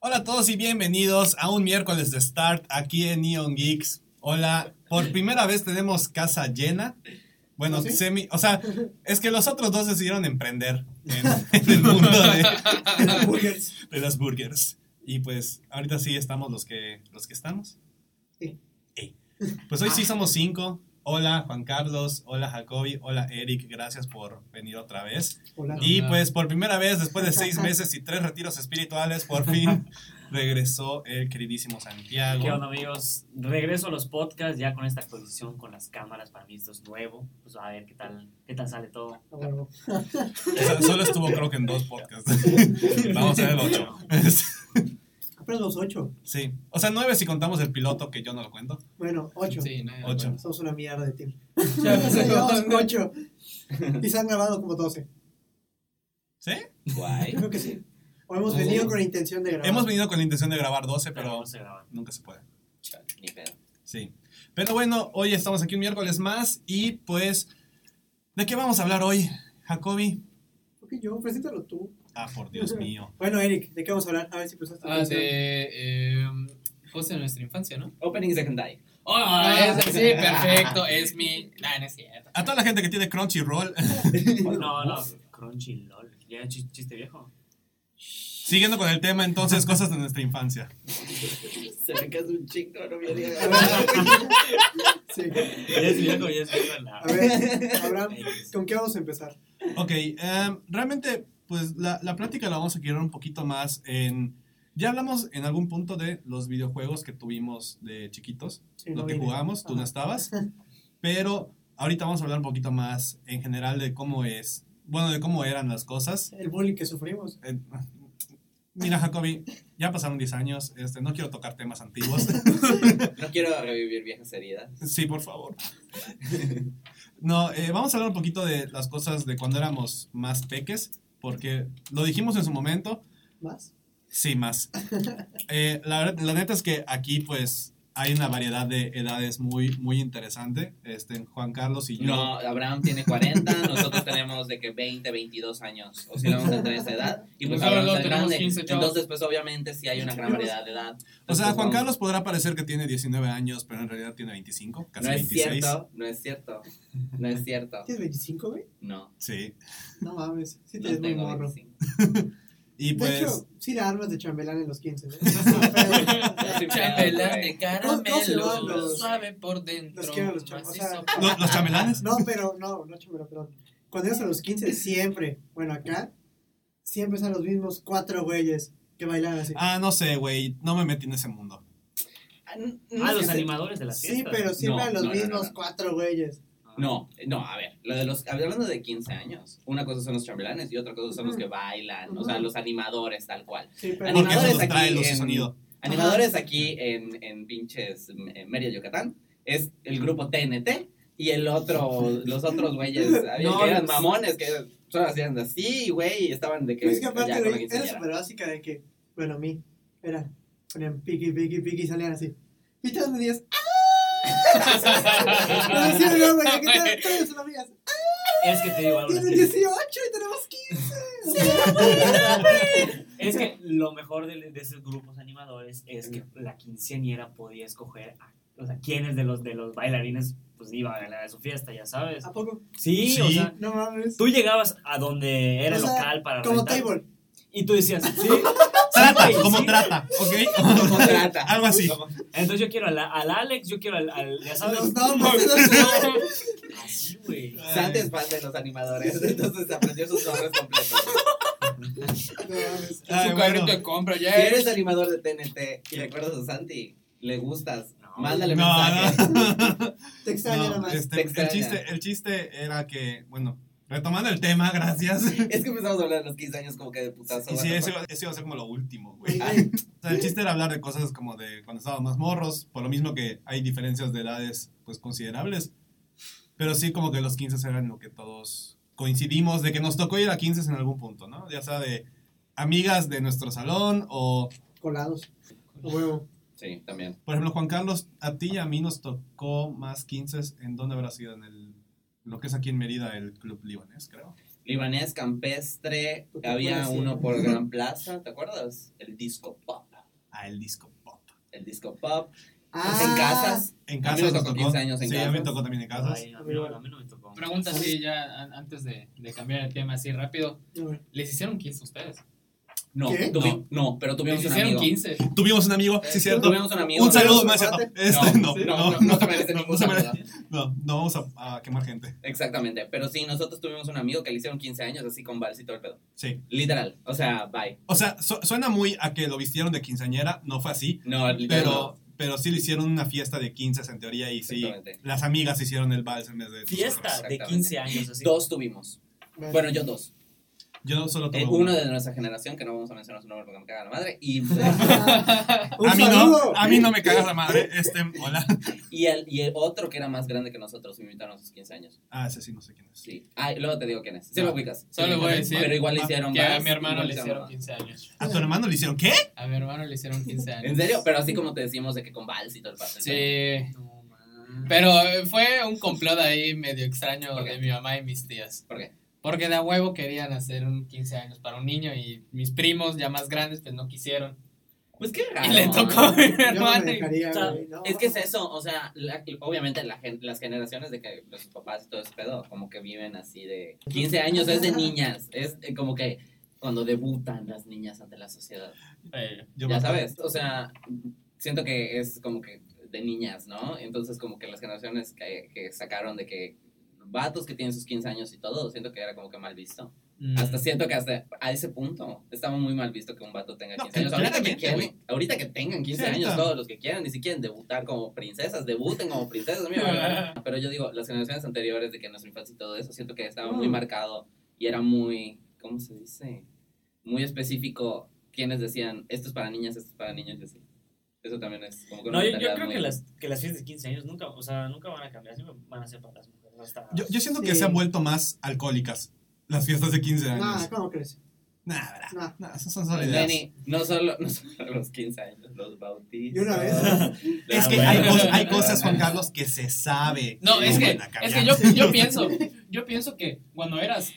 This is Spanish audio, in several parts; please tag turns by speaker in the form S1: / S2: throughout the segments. S1: Hola a todos y bienvenidos a un miércoles de Start aquí en Neon Geeks. Hola, por primera vez tenemos casa llena. Bueno,
S2: ¿Ah, ¿Sí?
S1: semi, o sea, es que los otros dos decidieron emprender en, en el mundo de,
S2: Burgers.
S1: de las burgers. Y pues ahorita sí estamos los que los que estamos.
S2: Sí. Ah.
S1: Ey. Pues hoy sí somos cinco. Hola Juan Carlos, hola Jacobi, hola Eric, gracias por venir otra vez.
S2: Hola.
S1: Y
S3: Hola.
S1: pues por primera vez, después de seis meses y tres retiros espirituales, por fin regresó el queridísimo Santiago.
S3: ¿Qué onda amigos? Regreso a los podcasts ya con esta actualización con las cámaras. Para mí esto es nuevo. Pues a ver qué tal, qué tal sale todo.
S2: Ah, bueno.
S1: O sea, solo estuvo creo que en dos podcasts. Vamos a ver el ocho.
S2: Apenas los ocho.
S1: Sí. O sea, nueve si contamos el piloto, que yo no lo cuento.
S2: Bueno, ocho.
S4: Sí, no,
S1: Ocho.
S4: bueno.
S2: Somos una mierda de tiempo.
S4: Ya, pues,
S2: Llevamos
S4: no,
S2: ocho. Y se han grabado como doce.
S1: ¿Sí?
S4: Guay.
S2: Creo que sí. O hemos
S4: Sí.
S2: venido con la intención de grabar.
S1: Hemos venido con la intención de grabar 12,
S3: Pero
S1: pero
S3: no se graba.
S1: nunca se puede.
S4: Chale, Ni pedo.
S1: Sí. Pero bueno, hoy estamos aquí un miércoles más y pues, ¿de qué vamos a hablar hoy, Jacobi?
S2: Creo que yo, preséntalo tú.
S1: Ah, por Dios mío.
S2: Bueno, Eric, ¿de qué vamos a hablar? A ver si prestaste
S4: Ah, de. Eh, cosas de nuestra infancia, ¿no?
S5: Opening Secondary.
S2: Ah,
S4: ¡Oh! es- sí, perfecto. Es mi. Nah, no es cierto.
S1: A toda la gente que tiene Crunchyroll,
S3: No, no. Crunchy LOL. Ya chi- chiste viejo.
S1: siguiendo con el tema entonces, cosas de nuestra infancia.
S5: Se ve que es un chico, no viene.
S2: Sí.
S3: Ya es viejo, ya es viejo. La...
S2: A ver, Abraham,
S3: X.
S2: ¿con qué vamos a empezar?
S1: Ok, em, realmente, pues la, la plática la vamos a girar un poquito más en... Ya hablamos en algún punto de los videojuegos que tuvimos de chiquitos,
S2: Sí,
S1: lo que
S2: viene.
S1: jugamos, tú no
S2: Ajá.
S1: estabas, pero ahorita vamos a hablar un poquito más en general de cómo es, bueno, de cómo eran las cosas.
S2: El bullying que sufrimos.
S1: Eh, mira, Jacobi, ya pasaron 10 años, este, no quiero tocar temas antiguos.
S5: No quiero revivir viejas heridas.
S1: Sí, por favor. No, eh, vamos a hablar un poquito de las cosas de cuando éramos más peques, porque lo dijimos en su momento,
S2: ¿Más?
S1: sí, más. Eh, la, verdad- la neta es que aquí pues hay una variedad de edades muy, muy interesante. Este, Juan Carlos y yo.
S5: No, Abraham tiene 40, nosotros tenemos de que 20, 22 años. O si vamos entre esa edad. Y pues
S4: Nosotros
S5: Abraham
S4: no
S5: está
S4: tenemos
S5: grande.
S4: 15, chavos.
S5: Entonces, pues obviamente sí hay una gran variedad de edad.
S1: o sea,
S5: Entonces,
S1: Juan
S5: pues, vamos.
S1: Carlos podrá parecer que tiene 19 años, pero en realidad tiene 25, casi
S5: No es
S1: 26.
S5: cierto, no es cierto. No es cierto.
S2: ¿Tienes 25, güey?
S5: No,
S1: Sí.
S2: No mames. Sí, te
S5: no
S2: ves muy
S5: tengo
S2: morro.
S5: 25.
S1: Y
S2: De
S1: pues...
S2: hecho, sí la armas de chambelán en los 15, ¿no?
S5: Yo soy feo,
S4: Chapelán
S5: güey.
S4: de
S2: ¿Cómo se llaman
S4: caramelo.
S2: los-
S4: Suave por
S2: los
S4: dentro.
S2: quiero, los chavos, o sea-
S4: macizo.
S1: ¿lo- ¿Los chamelanes?
S2: No, pero no, no chambelán, perdón. Cuando ibas a los 15, siempre, bueno, acá, siempre están los mismos cuatro güeyes que bailan así.
S1: Ah, no sé, güey, no me metí en ese mundo.
S5: Ah, n- no
S3: Ah,
S5: es
S3: los
S5: que se-
S3: animadores de las
S2: sí,
S3: fiestas. Ah.
S2: pero siempre
S5: No,
S2: a los
S5: no, no,
S2: mismos
S5: no, no.
S2: cuatro güeyes.
S5: No, no, a ver, lo de los, hablando de 15 años, una cosa son los chambelanes y otra cosa son los que bailan, o sea, los animadores tal cual.
S2: Sí, pero
S1: Porque eso
S5: Animadores
S1: nos trae
S5: aquí
S1: luz y
S5: en-
S1: sonido.
S5: Animadores aquí en, en pinches en Mérida, Yucatán, es el grupo TNT y el otro, los otros güeyes, había
S3: No,
S5: que eran
S3: los-
S5: mamones que solo hacían así, güey, y estaban de que,
S2: Pues es que
S5: ya
S2: aparte,
S5: con la
S2: güey, era
S5: quinceañera.
S2: súper básica de que, bueno, a mí, era, ponían piqui, piqui, piqui y salían así. Y todos me días, ¡ah! Me decían, no, güey, que todas- todas mis amigas,
S3: Es que te digo algo.
S2: tienen
S3: es que-
S2: 18 y tenemos 15.
S3: Es que lo mejor de, de esos grupos animadores es que la quinceañera podía escoger a, o sea, quiénes de los, de los bailarines pues iba a ganar a su fiesta, ya sabes.
S2: ¿A poco?
S3: Sí, o
S1: Sí.
S3: sea,
S2: No mames.
S3: tú llegabas a donde era
S2: O sea,
S3: local para
S2: Como
S3: rentar,
S2: table.
S3: y tú decías, sí,
S1: Trata,
S3: sí,
S1: como
S3: sí.
S1: trata, ¿ok?
S5: Como trata.
S1: Algo así.
S5: Como-
S3: Entonces yo quiero al, al Alex, yo quiero al, al- ya sabes.
S2: Los nombres. los-
S3: Así, güey.
S5: Santi es fan de los animadores, entonces aprendió sus nombres completos.
S2: No mames.
S1: Ay,
S4: Su
S1: ah, bueno.
S4: carrito de compra, ya
S5: Si eres
S4: eres.
S5: animador de TNT y recuerdas a Santi, le gustas,
S3: No.
S5: mándale
S1: No,
S5: mensaje.
S1: no.
S2: Te extraño nada
S1: No,
S2: más.
S1: este,
S5: Te
S1: el,
S5: extraña.
S1: chiste, el chiste era que, bueno, retomando el tema, gracias.
S5: Es que empezamos a hablar de los 15 años como que de putazo.
S1: Y sí,
S5: what the
S1: eso,
S5: fuck.
S1: iba- eso iba a ser como lo último, güey.
S5: Ay,
S1: O sea, el chiste era hablar de cosas como de cuando estábamos más morros, por lo mismo que hay diferencias de edades, pues, considerables. Pero sí, como que los 15 eran lo que todos coincidimos, de que nos tocó ir a 15 en algún punto, ¿no? Ya sea de amigas de nuestro salón o,
S2: Colados. A huevo.
S5: pues, Sí, también.
S1: por ejemplo, Juan Carlos, a ti y a mí nos tocó más 15 en dónde habrá sido, en el, lo que es aquí en Mérida, el Club Libanés, creo.
S5: Libanés, campestre,
S2: ¿Tú te
S5: había
S2: acuerdas, sí?
S5: uno por Gran Plaza, ¿te acuerdas? El disco pop.
S1: al Ah, disco pop.
S5: El disco pop.
S2: Ah,
S5: En casas.
S1: En
S5: A mí
S1: casa
S5: me
S1: nos
S5: tocó 15 años en
S1: sí, a mí
S5: casas.
S1: me tocó también en casas.
S3: Ay, a, mí, no- a mí no me tocó.
S4: Pregunta así ya a- antes de, de cambiar el tema así rápido.
S2: a ver,
S4: ¿Les hicieron 15 ustedes?
S5: No,
S2: ¿Qué?
S5: tuvi- no, pero tuvimos
S4: ¿Les
S5: un
S4: hicieron
S5: amigo.
S4: 15?
S1: Tuvimos un amigo, sí,
S4: Eh,
S1: cierto.
S5: Tuvimos un amigo.
S1: Un saludo, no es
S2: ¿Saludos,
S1: cierto. Este, no,
S4: sí,
S1: no,
S5: no, no te mereces ningún
S1: se
S5: saludo.
S1: merece- No, no vamos a, a quemar gente.
S5: Exactamente. Pero sí, nosotros tuvimos un amigo que le hicieron 15 años así con vals y todo el pedo.
S1: Sí.
S5: Literal. O sea, bye.
S1: O sea, su- suena muy a que lo vistieron de quinceañera, no fue así,
S5: No, literal.
S1: pero, pero sí le hicieron una fiesta de 15 en teoría y
S5: no.
S1: sí,
S5: Exactamente.
S1: las amigas hicieron el vals en vez de...
S3: Fiesta de
S5: Exactamente.
S3: 15 años, así.
S5: Dos tuvimos.
S2: vale.
S5: Bueno, yo dos.
S1: Yo solo
S5: Eh,
S1: tomo
S5: uno de nuestra generación, que no vamos a mencionar su nombre porque me caga la madre. Y,
S2: Un
S1: A mí no,
S2: saludo.
S1: a mí no me cagas la madre. Este, hola.
S5: y, el, y el otro que era más grande que nosotros me invitaron a sus 15 años.
S1: Ah, ese sí, no sé quién es.
S5: Sí. Ah, y luego te digo quién es. Sí lo ubicas.
S4: Solo
S5: Sí,
S4: voy a
S5: pero
S4: decir Ah,
S5: Pero igual le hicieron
S4: Que a
S5: vals,
S4: mi hermano
S5: igual
S4: le hicieron
S5: vals.
S4: 15 años.
S1: ¿A tu hermano le hicieron qué?
S4: A mi hermano le hicieron 15 años.
S5: ¿En serio? Pero así como te decimos de que con vals y todo el pastel.
S4: Sí.
S3: No, man.
S4: Pero eh, fue un complot ahí medio extraño
S5: ¿Por qué?
S4: de mi mamá y mis tías.
S5: ¿Por qué?
S4: Porque de a huevo querían hacer un 15 años para un niño y mis primos ya más grandes pues no quisieron.
S5: Pues qué
S4: Y
S5: raro.
S4: le tocó a mi
S2: Yo no
S4: hermano.
S2: me dejaría,
S5: O sea,
S2: güey, no.
S5: Es que es eso, o sea, la- obviamente la gen- las generaciones de que los papás y todo ese pedo, como que viven así de 15 años es de niñas, es eh, como que cuando debutan las niñas ante la sociedad.
S4: Eh,
S1: Yo
S5: ya
S1: me-
S5: sabes, o sea, siento que es como que de niñas, ¿no? Entonces como que las generaciones que, que sacaron de que vatos que tienen sus 15 años y todo, siento que era como que mal visto.
S4: mm.
S5: Hasta siento que hasta a ese punto estaba muy mal visto que un vato tenga
S1: No,
S5: 15 años. Ahorita que,
S1: claramente,
S5: quieren-
S1: güey.
S5: ahorita que tengan 15
S1: Sí, ahorita.
S5: años todos los que quieran, ni siquiera debutar como princesas, debuten como princesas. a mí me vale madre. Pero yo digo, las generaciones anteriores de que nuestra infancia y todo eso, siento que estaba muy
S2: Mm.
S5: marcado y era muy, ¿cómo se dice? Muy específico quienes decían, esto es para niñas, esto es para niños y así. Eso también es como que una
S3: No, yo, yo
S5: mentalidad
S3: creo
S5: muy-
S3: que las, que las fiestas de 15 años nunca, o sea, nunca van a cambiar, siempre van a ser para las mujeres. Hasta,
S1: Yo, yo siento que
S2: Sí.
S1: se han vuelto más alcohólicas las fiestas de 15
S2: Nah,
S1: años.
S2: ¿cómo crees?
S1: Nah, verdad.
S2: Nah.
S1: Nah, esas son solo ideas.
S5: Lenny, no solo, no solo los 15 años, los bautizos.
S2: De una vez.
S5: la
S1: Es que
S5: boda.
S1: hay,
S4: bueno.
S1: cos- hay cosas, Juan Carlos, que se sabe.
S4: No, es que,
S1: van a
S4: es
S1: cambiar.
S4: que yo, yo pienso, yo pienso que cuando eras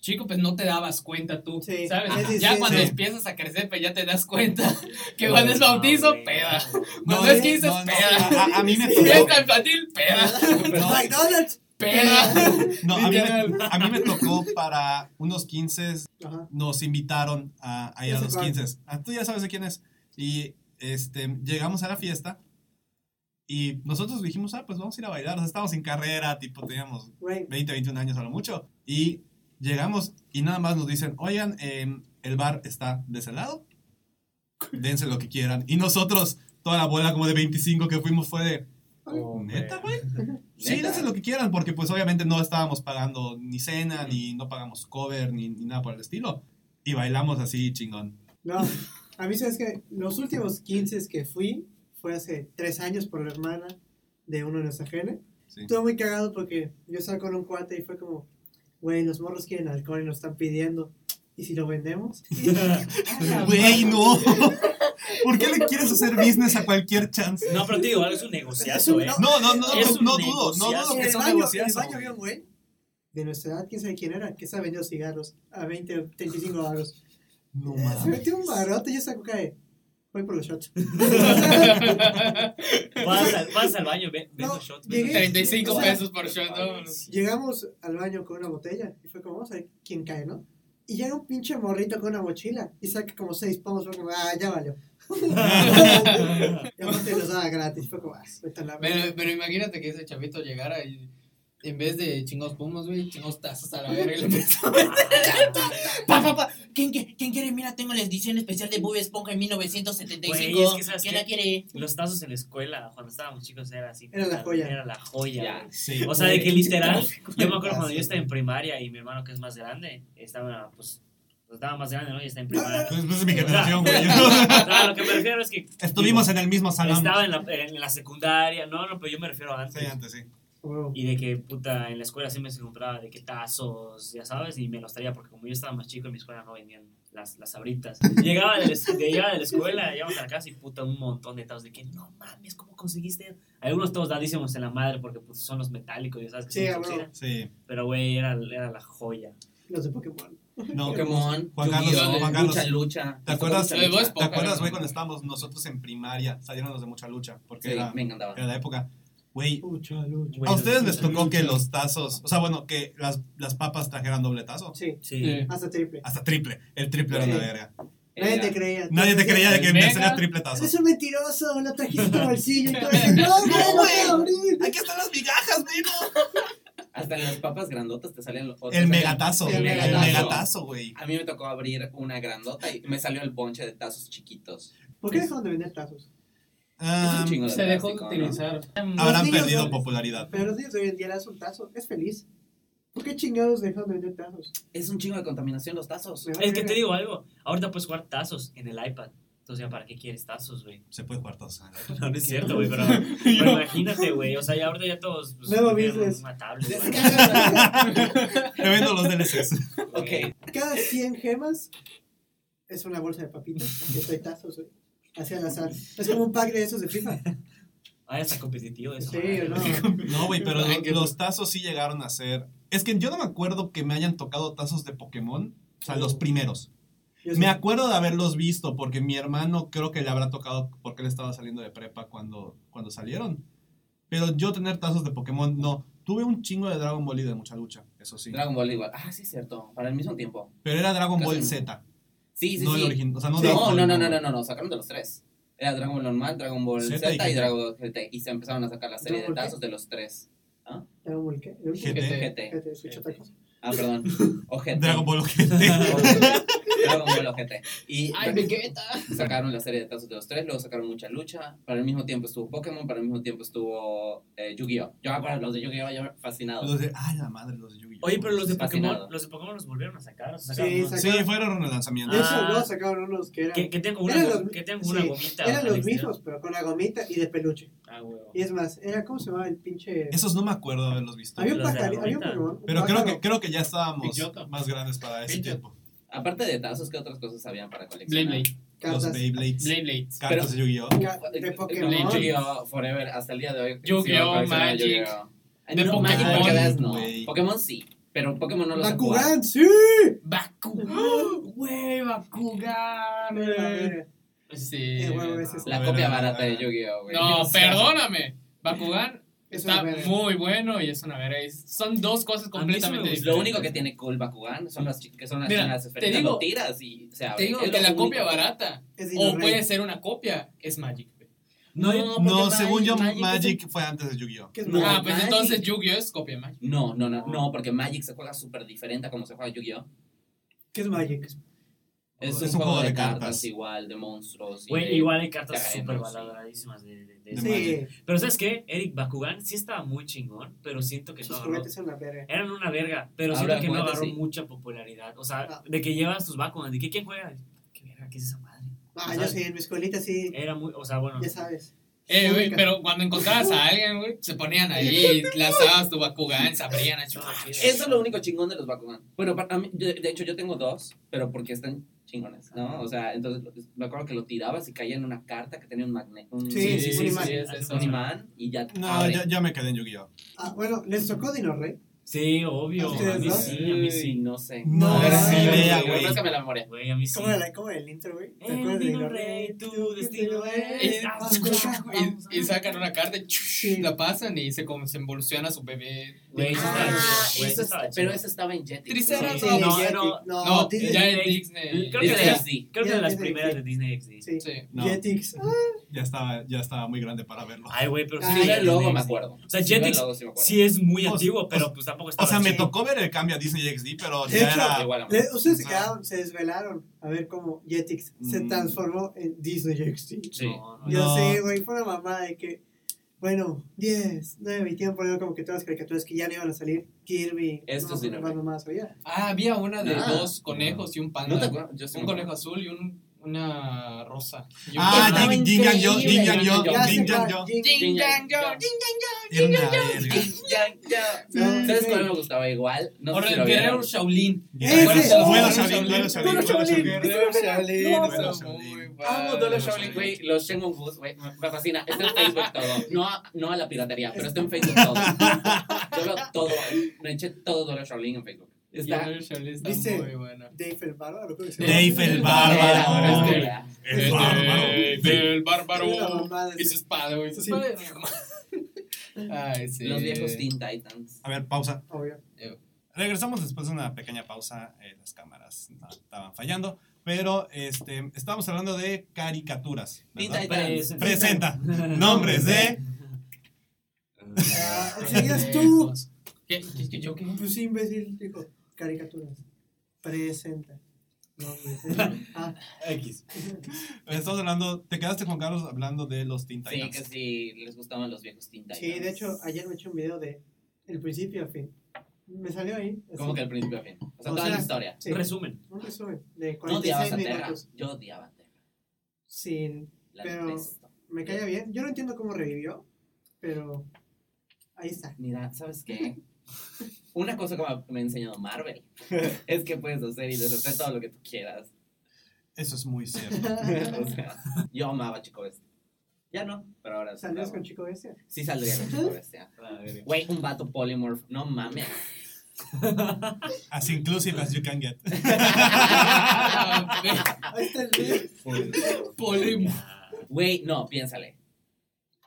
S4: chico, pues no te dabas cuenta tú,
S2: Sí.
S4: ¿sabes?
S2: Sí, sí,
S4: ya
S2: sí,
S4: cuando
S1: sí.
S4: empiezas a crecer, pues ya te das cuenta que cuando es bautizo, peda. Cuando
S1: No, eh,
S4: es 15,
S1: no, ah,
S4: es
S1: no,
S4: peda.
S1: a- a, a mí me tocó.
S4: Fiesta infantil, peda,
S2: Los McDonald's.
S4: peda.
S1: no, a, mí me,
S4: Literal.
S1: a mí me tocó para unos 15
S2: Ajá.
S1: nos invitaron a, a ir a
S2: Ese
S1: los
S2: cual.
S1: 15. Ah, tú ya sabes de quién es. Y este, llegamos a la fiesta y nosotros dijimos, ah, pues vamos a ir a bailar. O sea, estábamos en carrera, tipo, teníamos
S2: Güey,
S1: 20, 21 años a lo mucho. Y llegamos y nada más nos dicen, oigan, em, el bar está de ese lado, dense lo que quieran. Y nosotros, toda la bola como de 25 que fuimos fue de, ¿neta, güey? Sí,
S5: Neta.
S1: dense lo que quieran, porque pues obviamente no estábamos pagando ni cena, ni no pagamos cover, ni, ni nada por el estilo. Y bailamos así chingón.
S2: No, a mí sabes que los últimos 15 que fui fue hace 3 años por la hermana de uno de los ajene.
S1: Sí.
S2: Estuvo muy cagado porque yo estaba con un cuate y fue como, güey, los morros quieren alcohol y nos están pidiendo. ¿Y si lo vendemos?
S1: Güey, no. ¿Por qué le quieres hacer business a cualquier chance?
S3: No, pero te digo, es un negociazo, ¿eh?
S1: No, no, no, no,
S3: Es un
S1: no dudo, no dudo
S3: negociazo.
S2: en
S1: que
S2: el
S1: sea un
S2: baño, en el
S1: negociazo.
S2: baño había un güey de nuestra edad, quién sabe quién era, que estaba vendiendo cigarros a 20, 35 baros.
S1: No
S2: Se
S1: mames.
S2: metió un barote y yo saco cae. Voy por los shots.
S3: ¿eh? Vas al, vas al baño, ve, ve
S2: No,
S3: los shots.
S2: llegué-
S4: 35 pesos por shot, ¿no?
S2: Llegamos al baño con una botella y fue como, vamos a ver quién cae, ¿no? Y llega un pinche morrito con una mochila y saca como seis pomos. Fue como, ah, ya valió. y aparte los daba gratis. Fue como, ah, vete a la verga.
S4: Pero, pero imagínate que ese chavito llegara y en vez de chingados pomos, güey, chingados tazas a la verga y le empezó a meter. Pa, pa, pa. ¿Quién, qui- quién quiere? Mira, tengo la edición especial de Bob Esponja en 1975.
S3: Güey, es que ¿sabes
S4: ¿Quién
S3: qué?
S4: la quiere?
S3: Los tazos en la escuela, cuando estábamos chicos, era así.
S2: Era la joya.
S3: Era la joya.
S5: Ya.
S3: güey.
S1: Sí.
S3: O sea, de que literal, yo me acuerdo cuando
S1: tazo,
S3: yo estaba en primaria y mi hermano, que es más grande, estaba, pues, estaba más grande, ¿no? Y está en primaria.
S1: Pues, pues, es mi
S3: O sea,
S1: generación, güey.
S3: No, lo que me refiero es que
S1: Estuvimos en el mismo salón.
S3: Estaba en la, en la secundaria, no, no, pero yo me refiero a antes.
S1: Sí, antes, sí.
S2: Wow.
S3: Y de que, puta, en la escuela siempre se compraba de que tazos, ya sabes, y me los traía porque como yo estaba más chico en mi escuela no vendían las, las sabritas. Llegaba de, la, es- de- llegaba de la escuela, llegamos a la casa y puta, un montón de tazos de que, no mames, ¿cómo conseguiste? Algunos todos dadísimos en la madre porque pues, son los metálicos, ya sabes que
S2: Sí,
S3: se
S2: a huevo.
S3: oxidan.
S1: Sí.
S3: Pero, güey, era, era la joya.
S2: Los de Pokémon.
S1: No,
S5: Pokémon,
S1: Juan Carlos,
S5: Yu-Gi-Oh,
S1: Juan Carlos.
S5: Mucha Lucha.
S1: ¿Te acuerdas?
S5: Mucha
S4: Lo de
S5: Lucha.
S4: Voz
S1: ¿Te
S4: Pop.
S1: acuerdas, güey, cuando estábamos nosotros en primaria? Salieron los de mucha lucha, porque
S5: Sí,
S1: era,
S5: me encantaba.
S1: era la época. Güey,
S2: Lucha, lucha.
S1: a
S3: Bueno,
S1: ustedes les
S3: sí,
S1: tocó
S3: sí.
S1: que los tazos, o sea, bueno, que las, las papas trajeran doble tazo.
S2: Sí,
S3: Sí.
S2: hasta triple.
S1: Hasta triple. El triple era
S5: Sí.
S1: una verga.
S2: Nadie
S5: Era-
S2: te creía.
S1: Nadie te creía de que
S4: El
S1: me
S4: mega.
S1: sería triple tazo.
S2: Eres un mentiroso, lo trajiste en tu bolsillo y todo eso. No, güey, no puedo abrir.
S1: Aquí están las migajas, vino.
S5: Hasta en las papas grandotas te salían los
S1: El megatazo.
S4: El
S1: El
S4: megatazo.
S1: megatazo, güey.
S5: A mí me tocó abrir una grandota y me salió el ponche de tazos chiquitos.
S2: ¿Por qué dejaron de vender tazos?
S5: Es
S1: Ah,
S5: un chingo de
S4: Se dejó de
S5: plástico, ¿no?
S4: utilizar.
S2: Los
S1: Habrán
S2: niños
S1: perdido
S2: son-
S1: popularidad.
S2: Pero los niños de hoy en día le das un tazo, es feliz. ¿Por qué chingados dejaron de vender tazos?
S5: Es un chingo de contaminación los tazos.
S2: Me vale
S3: Es que
S2: verga.
S3: te digo algo. Ahorita puedes jugar tazos en el iPad. Entonces, ya, ¿para qué quieres tazos, güey?
S1: Se puede jugar tazo.
S3: No, no es cierto, güey, pero, pero imagínate, güey. O sea, ya ahorita ya todos. Pues,
S2: Nuevo
S3: tienen
S2: business.
S3: Una tablet, güey.
S1: Te vendo los DLCs.
S5: Ok.
S2: Cada 100 gemas es una bolsa de papitas. Que soy tazos, güey. Así al azar. Es como un pack de esos de FIFA.
S3: Ah, ya está competitivo eso.
S2: Sí,
S3: madre,
S2: no.
S3: güey.
S1: No, güey, pero
S4: Ay,
S1: lo-
S4: qué-
S1: los tazos sí llegaron a ser. Es que yo no me acuerdo que me hayan tocado tazos de Pokémon. O sea, los primeros.
S2: Yo
S1: Me
S2: soy-
S1: acuerdo de haberlos visto porque mi hermano creo que le habrá tocado porque él estaba saliendo de prepa cuando, cuando salieron. Pero yo tener tazos de Pokémon, no. Tuve un chingo de Dragon Ball y de mucha lucha, eso sí.
S5: Dragon Ball igual. Ah, sí, es cierto. Para el mismo tiempo.
S1: Pero era Dragon Ball
S5: Casi no.
S1: Z,
S5: Sí, sí,
S1: no
S5: sí.
S1: el original. O sea, no
S5: No,
S1: Dragon
S5: no,
S1: Ball
S5: no, no,
S1: normal.
S5: no, no, no, sacaron de los tres. Era Dragon Ball normal, Dragon Ball
S1: Z
S5: Z,
S1: y
S5: y
S1: GT.
S5: Dragon Ball GT. Y se empezaron a sacar la serie de
S2: ¿Dragon Ball
S5: tazos de los tres.
S2: Era un volcán. Era un
S1: GT.
S2: volcán.
S5: GT.
S2: Que te escucho otra cosa.
S5: Ah, perdón. O GT.
S1: Dragon Ball GT.
S5: Dragon Ball OGT. Y
S4: Ay, Vegeta.
S5: sacaron la serie de tazos de los tres, luego sacaron mucha lucha. Para el mismo tiempo estuvo Pokémon, para el mismo tiempo estuvo eh, Yu-Gi-Oh! Yo me acuerdo, los de Yu-Gi-Oh! yo fascinado.
S1: Los de, ah, la madre, los de Yu-Gi-Oh!
S3: Oye, pero los de Pokémon,
S5: Fascinado.
S3: los de Pokémon los volvieron a sacar. o sea,
S2: Sí,
S3: sacaron unos-
S2: sacaron-
S1: Sí, fueron relanzamientos.
S2: De hecho,
S3: Ah.
S2: luego sacaron unos que eran.
S3: que, que tengo una,
S2: Eran
S3: go-
S2: los-
S3: que tengo una
S2: sí,
S3: gomita.
S2: Eran
S3: al
S2: los
S3: exterior.
S2: mismos, pero con la gomita y de peluche.
S3: Ah, huevo.
S2: Y es más, era como se llamaba el pinche.
S1: Esos no me acuerdo de haberlos visto.
S2: Había un
S3: Los de la
S2: pajarito, había un
S3: gomita.
S2: Pokémon. un
S1: Pero creo que,
S2: pájaro.
S1: creo que ya estábamos
S4: Pidgeotto.
S1: más grandes para ese
S4: Pidgeotto.
S1: tiempo.
S5: Aparte de tazos, ¿qué otras cosas habían para
S4: Blade
S5: coleccionar?
S4: Blade.
S1: Los
S2: Cartas.
S1: Beyblades,
S4: Blade Blade.
S1: cartas de Yu-Gi-Oh!
S2: Ca- de Pokémon.
S4: Blade.
S5: Eh, Yu-Gi-Oh! Forever, hasta el día de hoy.
S4: Yu-Gi-Oh,
S5: sigo coleccionando
S4: Magic.
S5: Yu-Gi-Oh. Ay,
S4: De
S5: no, Magic,
S1: Pokémon.
S5: porque veas, no.
S1: Güey.
S5: Pokémon sí, pero Pokémon no lo sé jugar.
S2: Bakugan, sí.
S4: Bakugan. Güey, Bakugan. güey. Sí.
S2: Eh, güey,
S4: güey.
S2: ese es-
S5: La
S1: A ver,
S5: copia
S1: a ver,
S5: barata
S1: a
S5: de
S1: ver.
S5: Yu-Gi-Oh! güey.
S4: No,
S5: O sea,
S4: perdóname. Bakugan
S2: Es
S4: está
S2: una verga.
S4: muy bueno y es una verga. Es- Son dos cosas
S3: A mí sí me
S4: completamente
S3: gustó.
S4: diferentes.
S5: Lo único que tiene cool Bakugan son las chi- que son las
S4: Mira,
S5: chinas
S4: te
S5: esferitas,
S4: digo-
S5: lo tiras y se abre.
S4: Te digo
S5: Es
S4: que
S5: lo
S4: la
S5: único.
S4: copia barata
S2: Es
S4: o
S2: Dino
S4: puede
S2: Rey.
S4: ser una copia es Magic. güey.
S5: No,
S1: No,
S5: porque
S1: según yo,
S5: es
S1: Magic,
S5: un-
S1: fue antes de Yu-Gi-Oh!
S2: Que es
S5: No,
S4: ah,
S2: Magic.
S4: pues entonces Yu-Gi-Oh es copia de Magic.
S5: No, no, no, no, porque Magic se juega súper diferente a como se juega Yu-Gi-Oh!
S2: ¿Qué es Magic?
S5: Es, un, juego, de, cartas.
S1: cartas.
S5: igual, de monstruos. y
S3: Güey,
S5: de-
S3: igual hay cartas
S5: Caemos,
S3: súper
S5: sí.
S3: valoradísimas de, de, de
S1: De
S3: eso.
S1: Magic.
S2: Sí,
S3: Pero ¿sabes qué? Eric Bakugan sí estaba muy chingón, pero siento que no
S2: sus
S3: agarró.
S2: juguetes son la verga.
S3: Eran una verga, pero
S5: Ahora
S3: siento que no
S5: juguetes,
S3: agarró
S5: sí.
S3: mucha popularidad. O sea,
S2: Ah.
S3: de que llevas tus Bakugan, de que quién juega. ¿Qué verga? ¿Qué es esa madre?
S2: Ah, yo sí, en mi escuelita sí,
S3: Era muy, o sea, bueno.
S2: ya sabes.
S4: Eh, güey,
S2: Pública.
S4: pero cuando encontrabas a alguien, güey, se ponían ahí, lanzabas tu Bakugan, se abrían así.
S5: Eso es lo único chingón de los Bakugan. Bueno, para a mí, yo- de hecho, yo tengo dos, pero porque están chingones, ¿no? O sea, entonces me acuerdo que lo tirabas y caía en una carta que tenía un magneto. Un,
S2: Sí, sí, sí, un imán.
S4: es eso.
S5: un imán y ya.
S1: No,
S5: abre.
S1: ya, ya me quedé en Yu-Gi-oh!
S2: Ah, bueno, les tocó Dino Rey.
S3: Sí, obvio.
S2: ¿A
S3: A
S2: ustedes
S3: mí
S2: no?
S3: sí, a mí sí.
S5: no sé.
S1: No,
S2: era
S5: sí,
S2: ni
S1: idea, Ah, güey.
S5: Refrescame la memoria.
S3: Güey, a mí sí.
S2: ¿Cómo era, la- cómo era el intro, güey? ¿Te
S3: El
S2: acuerdas de
S3: Dino Rey, tu destino es.
S4: Ah, Y, y sacan una carta y chush, la pasan y se, como, se evoluciona su bebé.
S3: Güey, eso
S2: Ah,
S3: está chido, güey,
S5: eso
S3: eso
S5: es-
S3: estaba
S5: pero
S3: chido.
S5: eso estaba en Jetix.
S4: Triceratops.
S2: Sí,
S3: No,
S2: Jetix.
S3: no,
S4: No,
S2: no, Disney-
S4: ya en Disney.
S3: Creo que
S5: Disney
S3: era-
S5: XD.
S3: Creo que de las
S2: Disney
S3: primeras de Disney XD.
S2: Sí.
S4: Sí.
S1: No,
S2: Jetix. Ah,
S1: ya estaba, ya estaba muy grande para verlo.
S3: Ay, güey, pero
S2: Ah,
S5: Sí,
S3: era
S5: el logo
S3: Disney
S5: me
S3: XD.
S5: acuerdo.
S3: O sea,
S5: Sí, el
S3: Jetix
S5: logo sí me acuerdo.
S3: Sí, es muy
S1: O-
S3: antiguo,
S1: o-
S3: pero pues tampoco estaba.
S1: O sea, me
S3: chido.
S1: tocó ver el cambio a Disney XD, pero
S2: De
S1: ya
S2: hecho,
S1: era.
S5: Igual, amor.
S2: le- Ustedes se
S1: Ah.
S2: quedaron, se desvelaron a ver cómo Jetix se
S1: Mm.
S2: transformó en Disney XD.
S5: Sí.
S3: No, no,
S2: Yo
S1: No.
S2: sé, güey, fue una mamada de que, bueno, 10, 9 y tiempo, poner como que todas las caricaturas que ya no iban a salir, Kirby,
S5: Esto
S2: no,
S5: es Dino
S2: más
S5: Rey.
S2: nomás, oye.
S4: Ah, había una de
S5: Ah.
S4: dos conejos y un panda.
S5: ¿No te acuerdas? Yo sí
S4: un
S5: me
S4: conejo
S5: acuerdo.
S4: azul y un, una rosa. Y un
S1: Ah,
S4: panda.
S5: Estaba
S1: Jing Jing Yang Yo, Jing
S5: increíble.
S1: Yang Yo,
S5: Ya
S1: Jing
S5: sé
S1: Yang
S2: Jin
S1: Yo.
S5: Jin, yang, yo.
S1: Era una verga.
S5: Ya, ya.
S2: Sí.
S5: ¿Sabes cuál me gustaba igual? No sé si
S4: Orden
S5: lo vieron.
S4: Guerrero Shaolin.
S1: Ya,
S2: Ese.
S1: Duelo
S4: Duelo
S1: Shaolin, duelo
S4: Shaolin.
S1: Shaolin, duelo
S2: Duelo Shaolin.
S1: Shaolin.
S4: Este, Shaolin.
S1: Duelo
S4: Duelo
S1: Shaolin.
S4: Shaolin.
S5: Amo Dolo Shaolin, güey. Los Shenmue Goose, güey. Me me fascina. Está en Facebook todo. No a, no a la piratería, pero está en Facebook todo. Yo lo todo. Me eché todo Dolo Shaolin en Facebook. Está.
S4: está
S2: Dice-
S4: muy bueno.
S2: Dave el Bárbaro, creo que se llama.
S1: Dave el
S5: Era,
S1: bárbaro.
S5: pero es
S1: El Este, bárbaro.
S4: Del
S2: Era la
S4: bárbaro.
S2: mamá de-
S4: Y su espada, güey. Su
S2: Sí.
S4: espada. Ay,
S5: que
S4: sí.
S5: Los viejos Teen Titans.
S1: A ver, pausa.
S2: Obvio.
S1: Regresamos después de una pequeña pausa. eh, las cámaras no estaban fallando. Pero este, estábamos hablando de caricaturas.
S5: Teen
S1: ¿verdad?
S5: Titans.
S1: Presenta nombres de.
S2: Ah, seguías tú.
S4: ¿Qué? ¿Qué? ¿Qué? ¿Yo qué?
S2: Pues sí, imbécil, dijo. Caricaturas. Presenta. No, presenta. Ah,
S1: X. Estamos hablando. Te quedaste con Carlos hablando de los Teen
S5: Sí,
S1: Titans.
S5: que sí, les gustaban los viejos Teen Titans.
S2: sí, de hecho, ayer me eché un video de el principio al fin. Me salió ahí. así.
S5: Como que al principio a fin. O sea,
S2: O
S5: toda
S2: sea,
S5: la historia.
S2: Sí,
S3: Resumen.
S2: un resumen de
S5: No odiabas
S2: 46
S5: a Terra.
S2: minutos.
S5: Yo odiaba a Terra.
S2: Sin.
S5: La
S2: Pero-
S5: detesto.
S2: Me caía bien. Yo no entiendo cómo revivió, pero ahí está.
S5: Mira, ¿sabes qué? Una cosa como me ha enseñado Marvel es que puedes hacer y deshacer todo lo que tú quieras.
S1: Eso es muy cierto.
S5: O sea, yo amaba a Chico Bestia. Ya no, pero ahora sí.
S2: Saludos
S5: lo
S2: con
S5: amo.
S2: Chico Bestia.
S5: Sí saldría con Chico Bestia. Güey, un vato polymorph. No mames.
S1: As inclusive as you can get.
S2: Ahí está el video.
S4: Polimo.
S5: Güey, no, piénsale.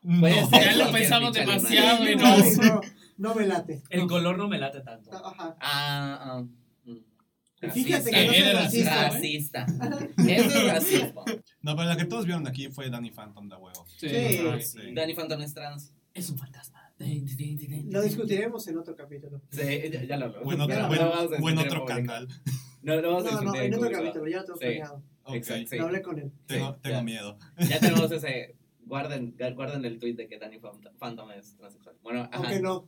S1: No.
S5: Puede ser
S4: Pues, Ya lo
S5: cualquier
S4: pensamos
S5: pinche animal.
S4: demasiado, güey.
S2: No,
S4: No.
S2: no, no me late.
S3: El color no me late tanto.
S2: Ajá.
S5: Ah, ah. mm.
S2: Y fíjate
S5: Racista.
S2: que no soy
S4: Era
S2: racista. ¿eh?
S5: Racista. Eso es racismo.
S1: No, pero la que todos vieron aquí fue Danny Phantom de huevo.
S2: Sí.
S4: güey.
S1: Sí.
S5: Danny Phantom es trans.
S3: Es un fantasma.
S2: Lo discutiremos en otro capítulo.
S5: Sí, ya, ya lo hablamos.
S1: Buen
S2: Ya
S1: otro,
S2: lo
S1: buen-
S5: hablamos en
S1: buen
S5: este
S1: otro
S5: público.
S1: canal.
S5: No, lo vamos a
S2: No, no,
S5: discutir
S2: en
S5: en
S2: otro
S5: público.
S2: capítulo, ya lo tengo
S5: Sí.
S2: planeado.
S1: Ok.
S5: Exacto, sí.
S2: Lo hablé con él.
S1: Tengo,
S5: Sí,
S1: tengo
S5: ya.
S1: miedo.
S5: Ya tenemos ese. Guarden, guarden el tweet de que Danny Phantom Phantom es transexual. Bueno, ajá.
S2: Aunque no.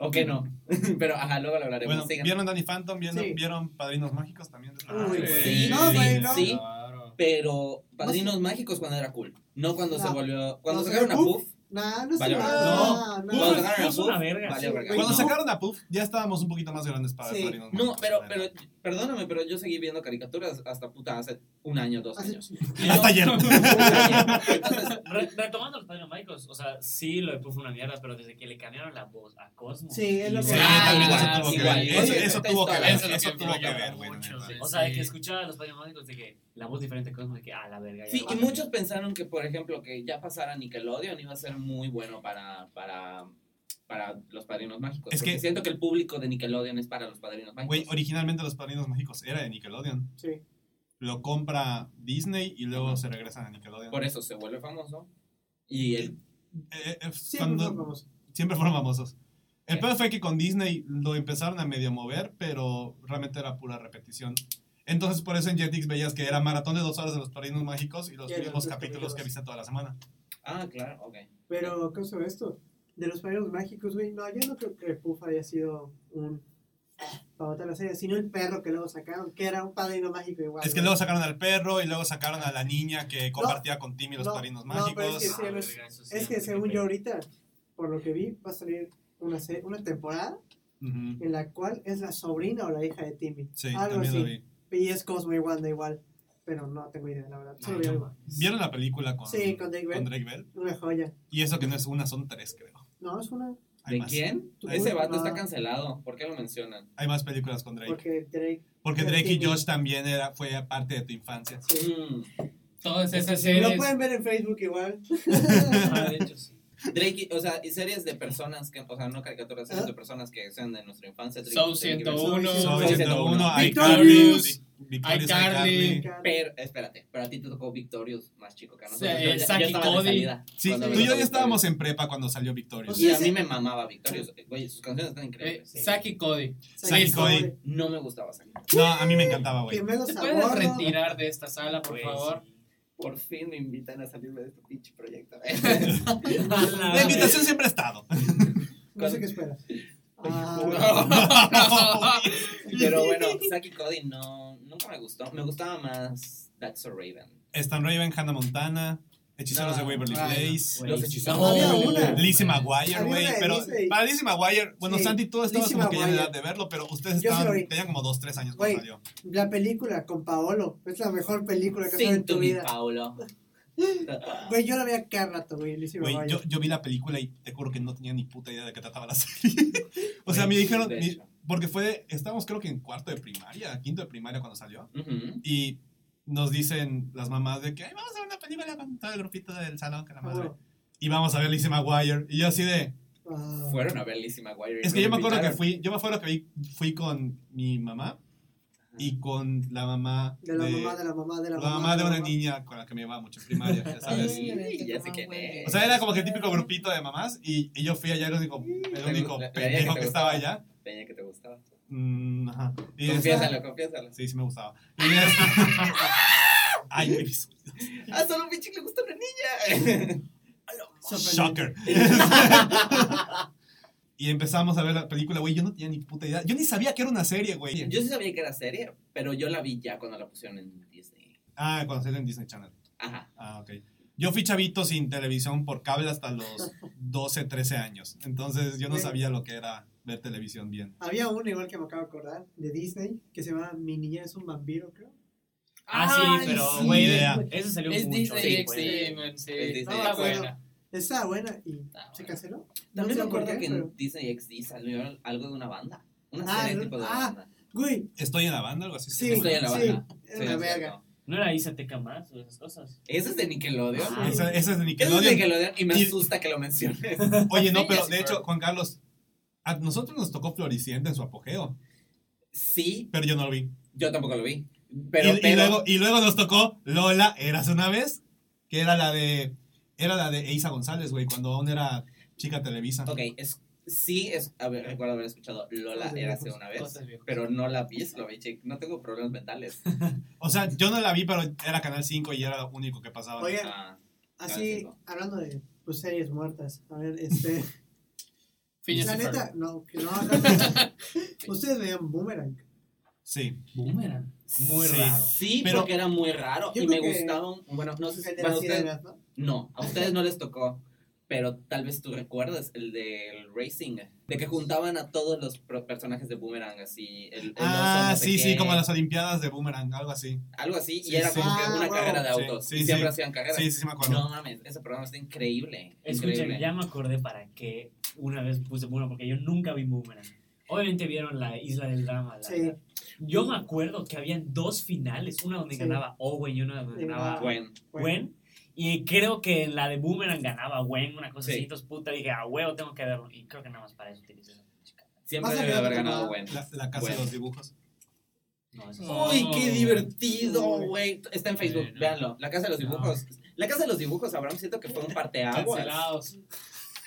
S5: O que no. Pero ajá, luego lo hablaremos.
S1: Bueno,
S5: Sigan.
S1: ¿vieron Danny Phantom? ¿Vieron,
S2: Sí.
S1: ¿vieron Padrinos Mágicos también? Ah,
S2: Uy,
S5: sí.
S2: No, güey, no.
S5: Sí.
S4: Claro.
S5: Pero Padrinos Mágicos cuando era cool. No cuando
S2: No.
S5: se volvió. Cuando
S2: No,
S5: sacaron a
S2: pero Puff,
S5: Puff.
S2: Nah, no sé.
S5: Vale,
S2: nada.
S1: no.
S5: Cuando
S1: Puff
S5: sacaron a
S3: es una
S5: Puff,
S3: verga,
S5: valió
S2: sí,
S5: verga.
S2: güey.
S1: Cuando
S2: No.
S1: sacaron a Puff, ya estábamos un poquito más grandes para
S2: Sí.
S1: Padrinos
S5: No,
S1: Mágicos.
S5: pero,
S1: la
S5: pero,
S1: verdad.
S5: perdóname, pero yo seguí viendo caricaturas hasta puta hace un año, dos
S2: Hace-
S5: años.
S1: Hasta ayer.
S5: yo- Entonces,
S3: Re- retomando los padrinos mágicos, o sea, sí lo de Puff fue una mierda, pero desde que le cambiaron la voz a Cosmo.
S2: Sí, es lo
S1: Sí,
S2: que-
S4: Ah,
S1: también
S4: igual,
S1: eso tuvo que
S5: igual.
S1: ver. Eso,
S5: Oye,
S1: eso
S5: esta
S1: tuvo que
S5: historia-
S1: ver.
S4: eso
S1: Eso
S4: que
S1: tuvo que
S4: influye
S1: ver, güey. la
S4: mucho,
S1: neta.
S4: sí.
S3: O sea, de que escuchaba a los padrinos mágicos de que la voz diferente de Cosmo, de que, ah, la verga. ya
S5: sí,
S3: lo
S5: y
S3: van a
S5: muchos pensaron que, por ejemplo, que ya pasara Nickelodeon iba a ser muy bueno para, para, para los padrinos mágicos.
S1: Es
S5: Es
S1: que-
S5: que siento que el público de Nickelodeon es para los padrinos
S1: Güey,
S5: mágicos.
S1: originalmente Los Padrinos Mágicos era de Nickelodeon.
S2: Sí.
S1: Lo compra Disney y luego se regresan a Nickelodeon.
S5: por eso se vuelve famoso. Y el,
S1: Eh, eh,
S2: Siempre
S1: cuando-
S2: nos vamos.
S1: siempre fueron famosos. El
S5: Sí.
S1: peor fue que con Disney lo empezaron a medio mover, pero realmente era pura repetición. Entonces, por eso en Jetix veías que era maratón de dos horas de los Padrinos Mágicos y los
S2: Y eran
S1: mismos
S2: los
S1: capítulos
S2: capítulos.
S1: que viste toda la semana.
S5: ah, claro, ok.
S2: Pero, ¿qué sobre esto? De los padrinos mágicos, güey. No, yo no creo que Puff haya sido un. Para botar la serie, sino el perro que luego sacaron, que era un padrino mágico igual.
S1: Es que
S2: güey.
S1: luego sacaron al perro y luego sacaron a la niña que compartía con Timmy los
S2: no,
S1: Padrinos
S2: no, pero
S1: Mágicos.
S2: es que-
S3: Ah, verga, eso sí,
S2: Es que
S3: qué
S2: según
S3: pedo.
S2: yo ahorita, por lo que vi, va a salir una, se- una temporada
S1: Ujú.
S2: en la cual es la sobrina o la hija de Timmy.
S1: Sí,
S2: Algo
S1: también
S2: así.
S1: lo vi.
S2: Y es Cosmo igual, da igual. Pero no tengo idea, la verdad. Solo
S3: Ay,
S2: vi
S3: no
S2: algo.
S3: mames.
S1: ¿Vieron la película con,
S2: Sí, con Drake Bell.
S1: con Drake Bell?
S2: Una joya.
S1: Y eso que no es una, son tres, creo.
S2: No, es una.
S1: Hay
S5: ¿De
S1: más.
S5: quién?
S2: Tú-
S5: Ese vato
S2: Ah.
S5: está cancelado. ¿Por qué lo mencionan?
S1: Hay más películas con Drake.
S2: Porque Drake.
S1: Porque
S2: Pero
S1: Drake y
S2: Timmy-
S1: Josh también era, fue parte de tu infancia.
S2: sí.
S5: Mm.
S4: Todas esas
S2: Lo
S4: series.
S2: pueden ver en Facebook igual.
S3: Ah, de hecho, sí.
S5: Drake, y- o sea, y series de personas que, o sea, no caricaturas, series
S2: ¿Ah?
S5: de personas que sean de nuestra infancia. Drake-
S4: Soul
S5: Drake y Drake.
S4: 101.
S1: Soy
S5: Soy
S1: 101, iCarly,
S5: 101,
S4: Victorious,
S1: Victorious,
S4: iCarly.
S1: iCarly.
S5: Pero, espérate, pero a ti te tocó Victorious más chico que a nosotros.
S4: Sí,
S5: Yo ya- yo
S4: Saki
S5: estaba de
S4: Cody.
S5: salida
S1: Sí,
S5: cuando
S1: tú
S5: me
S1: y yo
S5: tocó
S1: ya estábamos
S5: Victorious.
S1: en prepa cuando salió Victorious.
S2: en-
S5: Y a
S2: Sí,
S5: mí
S2: sí.
S5: me mamaba Victorious. Güey, sus canciones están increíbles.
S3: Sí.
S4: Eh, Saki Cody.
S1: Saki Cody.
S5: No me gustaba Saki.
S1: No, a mí me encantaba, güey.
S2: Gemelos
S4: ¿Te
S2: a
S4: puedes
S2: bordo.
S4: retirar de esta sala, por
S3: Güey,
S4: favor?
S3: sí.
S5: Por fin me invitan a salirme de este pinche proyecto.
S1: La invitación siempre ha estado.
S2: No sé qué esperas. Ah,
S4: No.
S5: pero bueno, Saki Cody no, nunca me gustó. Me gustaba más That's a Raven.
S1: Stan Raven, Hannah Montana, Hechiceros de
S5: No,
S1: Waverly
S4: ay, no,
S1: Place,
S3: güey.
S5: Los
S3: sí.
S5: hechizados.
S2: Había una.
S1: Lizzie
S4: Magua.
S1: McGuire,
S2: Había
S1: güey.
S2: una de
S1: Pero
S2: Disney.
S1: para Lizzie McGuire, bueno,
S2: Sí.
S1: Santi, tú estabas
S2: Lizzie
S1: como que ya en
S2: McGuire.
S1: edad de verlo, pero ustedes
S2: Yo sí lo
S1: estaban,
S2: vi.
S1: tenían como dos, tres años
S2: Güey.
S1: cuando salió.
S2: la película con Paolo es la mejor película que has visto
S5: Sing
S2: en
S5: to
S2: tu
S5: me,
S2: vida.
S5: Paulo.
S2: Güey, yo la veía cada rato, güey. Lizzie
S1: Güey,
S2: McGuire.
S1: yo, yo vi la película y te juro que no tenía ni puta idea de qué trataba la serie. o sea, me
S5: Güey,
S1: dijeron,
S5: de
S1: mi-
S5: hecho.
S1: Porque fue, estábamos creo que en cuarto de primaria, quinto de primaria cuando salió.
S5: Ujú.
S1: Y nos dicen las mamás de que "Ay, vamos a ver una película con todo el grupito del salón, que la madre.
S2: Bueno,
S1: Y vamos a ver Lizzie McGuire. Y yo así de,
S2: ah,
S5: Fueron a ver Lizzie McGuire. y
S1: es que
S5: no
S1: yo me acuerdo que
S5: invitaron.
S1: fui, yo me acuerdo que vi- fui con mi mamá y con la mamá
S2: de la mamá, de la mamá, de la
S1: la
S2: mamá.
S1: mamá de una
S2: mamá.
S1: niña con la que me llevaba mucho en primaria, ya sabes.
S5: Sí, ya sé quién es.
S1: O sea, era como que el típico grupito de mamás y, y yo fui allá el único, el único
S5: La- la- la
S1: pendejo
S5: que
S1: que
S5: te
S1: estaba
S5: gustaba.
S1: allá.
S5: Peña que te gustaba.
S1: Mm, ajá. Y esa-
S5: Confiésalo, confiésalo.
S1: Sí, sí me gustaba. Y es- Ay, qué bis-
S5: Ah, solo un pinche que le gusta una niña.
S1: shocker. y empezamos a ver la película, güey, yo no tenía ni puta idea. Yo ni sabía que era una serie, güey.
S5: yo sí sabía que era serie, pero yo la vi ya cuando la pusieron en Disney.
S1: Ah, cuando salió en Disney Channel.
S5: Ajá.
S1: Ah, ok. Yo fui chavito sin televisión por cable hasta los 12, 13 años. Entonces yo no
S2: Güey.
S1: sabía lo que era ver televisión bien.
S2: Había uno igual que me acabo de acordar, de Disney, que se llama Mi niña es un vampiro, creo.
S3: Ah, sí,
S4: Ay,
S3: pero,
S1: sí.
S3: güey,
S1: Idea.
S3: eso salió
S4: Es
S3: mucho.
S4: Disney
S3: después.
S4: XD, man, sí.
S5: Es Disney
S4: Está
S2: XD.
S4: buena.
S2: Estaba buena y
S4: buena.
S2: se canceló. No
S5: También
S2: sé
S5: me
S2: por
S5: acuerdo
S2: qué,
S5: que
S2: pero-
S5: en Disney XD salió algo de una banda. Una
S2: Ah,
S5: serie
S2: ¿no?
S5: tipo de
S2: Ah,
S5: banda.
S2: Güey,
S1: ¿Estoy en la banda o algo así?
S2: sí,
S5: Estoy en la
S2: sí,
S5: banda.
S2: era
S5: Sí,
S2: una
S5: es
S2: verga.
S5: cierto.
S3: ¿No era Izateca más o esas cosas?
S5: Ese es de Nickelodeon.
S3: Ah,
S1: Esa, esa es de
S5: Ese es de
S1: Nickelodeon.
S5: Nickelodeon y me
S1: Y-
S5: asusta que lo menciones.
S1: Oye, no,
S4: Sí,
S1: pero
S4: ya sé,
S1: de hecho,
S4: pero-
S1: Juan Carlos, a nosotros nos tocó Floricienta en su apogeo,
S5: Sí,
S1: pero yo no lo vi.
S5: yo tampoco lo vi. Pero,
S1: y, y
S5: pero-
S1: luego, y luego nos tocó Lola, eras una vez, que era la de. Era la de Eiza González, güey, cuando aún era chica Televisa.
S5: Ok, es, sí, es, a ver, recuerdo haber escuchado Lola
S2: Cosas
S5: era hace
S2: viejas,
S5: una vez,
S4: Cosas viejas.
S5: pero no la vi, lo vi, chick. No tengo problemas mentales.
S1: O sea, yo no la vi, pero era Canal 5 y era lo único que pasaba.
S2: Oye,
S5: Ah,
S2: así,
S5: cinco.
S2: hablando de pues, series muertas, a ver, este...
S4: Phineas
S2: la
S4: y Ferb.
S2: neta, no, que no, no. Ustedes veían Boomerang.
S1: Sí.
S3: Boomerang. Muy
S1: Sí.
S3: raro.
S5: sí,
S1: pero-
S5: porque era muy raro
S2: Yo
S5: y me
S2: creo que-
S5: gustaba. un- Bueno, no sé
S2: El
S5: si
S2: de las
S5: bueno, ustedes,
S2: sirenas, ¿no?
S5: no, a ustedes no les tocó, pero tal vez tú recuerdas el del racing, de que juntaban a todos los pro- personajes de Boomerang así, el, el oso,
S1: Ah,
S5: no sé
S1: sí, sí,
S5: qué,
S1: como las Olimpiadas de Boomerang, algo así.
S5: algo así
S1: Sí,
S5: y era
S1: sí.
S5: como que
S2: Ah,
S5: una
S2: wow.
S5: carrera de
S1: Sí,
S5: autos
S1: sí,
S5: y siempre
S1: sí.
S5: hacían carreras.
S1: Sí, sí, sí, me acuerdo.
S5: No mames, ese programa está increíble.
S3: Escuchen,
S5: increíble.
S3: ya me acordé para qué una vez puse Boomerang, porque yo nunca vi Boomerang. Obviamente vieron la Isla del Drama. la-
S2: Sí.
S3: Yo me acuerdo que habían dos finales, una donde
S2: Sí.
S3: ganaba Owen y una donde
S2: Sí,
S3: ganaba
S2: ah,
S5: Bueno,
S3: Gwen. Y creo que en la de Boomerang ganaba Gwen, una cosa
S5: Sí.
S3: así. Entonces, puta, dije, ah, huevo, tengo que verlo. Y creo que nada más para eso utilicé esa chica.
S5: siempre
S2: Pásale
S5: debe
S2: la
S5: haber
S2: otra
S5: ganado
S2: palabra.
S5: Gwen.
S1: La, la casa de los dibujos.
S3: No, eso
S4: Oh.
S5: ¡Uy, qué divertido, güey! Está en Facebook,
S4: Bueno.
S5: véanlo. La Casa de los
S4: No.
S5: Dibujos. La Casa de los Dibujos, Abraham, siento que fue un parteaguas.
S4: Cancelados.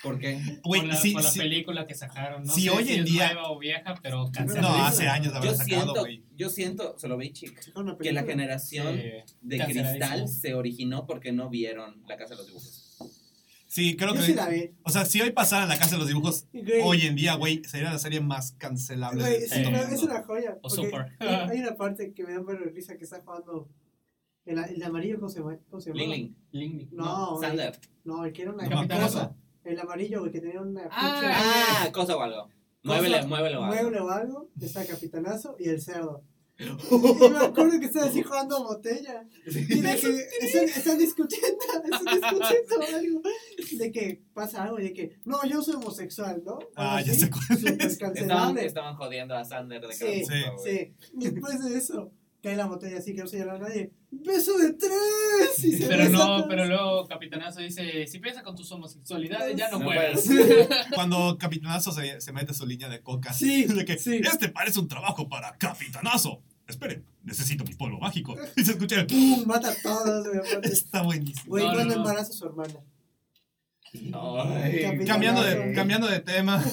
S5: ¿Por qué?
S4: por
S1: Güey,
S4: la,
S1: sí,
S4: por la
S1: sí.
S4: película que sacaron. No
S1: Sí,
S4: sé
S1: hoy
S4: si
S1: en
S4: es
S1: día-
S4: nueva o vieja, pero
S1: No,
S4: cancelada.
S1: hace años la
S5: Yo
S1: habrán sacado,
S5: siento,
S1: güey.
S5: yo siento, se lo vi, chic,
S2: Sacaron una
S5: que la
S2: película.
S5: generación de
S4: canceladísimo.
S5: cristal se originó porque no vieron La Casa de los Dibujos.
S1: Sí, creo
S2: Yo
S1: que.
S2: sí la vi.
S1: O sea, si hoy pasara la casa de los dibujos,
S2: Güey,
S1: hoy en día, güey, sería la serie más cancelable.
S2: Güey,
S1: del
S2: sí,
S1: puto
S2: no,
S1: mundo.
S2: es una joya.
S4: O
S2: porque
S4: Super.
S2: Hay hay una parte que me da un poco de risa que está jugando. El, el de amarillo, ¿cómo se llama? ¿Cómo se llama?
S5: Ling Ling,
S4: Ling Ling.
S2: No, güey.
S5: Sander.
S2: No, el que era una
S1: No me
S4: Capitán
S1: acuerdo.
S4: Oso.
S2: El amarillo, güey, que tenía una
S4: Ah,
S5: Ah, cosa o algo. Muévele, muévele o
S2: pinche
S5: algo.
S2: mueble o algo. Está Capitanazo y el cerdo. Y me acuerdo que estaba así jugando a botella. Y de que están, están discutiendo, están discutiendo algo. De que pasa algo, y de que, no, yo soy homosexual, ¿no? Algo
S1: Ah, ya
S2: así.
S1: sé cuál
S2: Súper
S1: es.
S5: Estaban,
S2: cancelable.
S5: estaban jodiendo a Sander de
S2: Sí,
S5: que era puto,
S1: sí,
S5: güey.
S2: Sí, después de eso, cae la botella así que no señala a nadie. ¡Beso de tres! Y se
S4: Pero
S2: besan
S4: no,
S2: todos.
S4: pero luego Capitanazo dice, si piensas con tus homosexualidades, ya no,
S5: No
S4: puedes.
S1: Cuando Capitanazo se, se mete su línea de coca.
S2: Sí,
S1: De que,
S2: sí.
S1: Este parece un trabajo para Capitanazo. Esperen, necesito mi polvo mágico. Y se escucha. el-
S2: ¡Pum! Mata a todos, güey. aparte.
S1: Está buenísimo.
S2: Güey,
S4: No, no,
S2: cuando
S4: no.
S2: embaraza a su hermana.
S5: Ay,
S2: Capitán.
S1: Cambiando de,
S2: Capitanazo.
S1: cambiando de tema.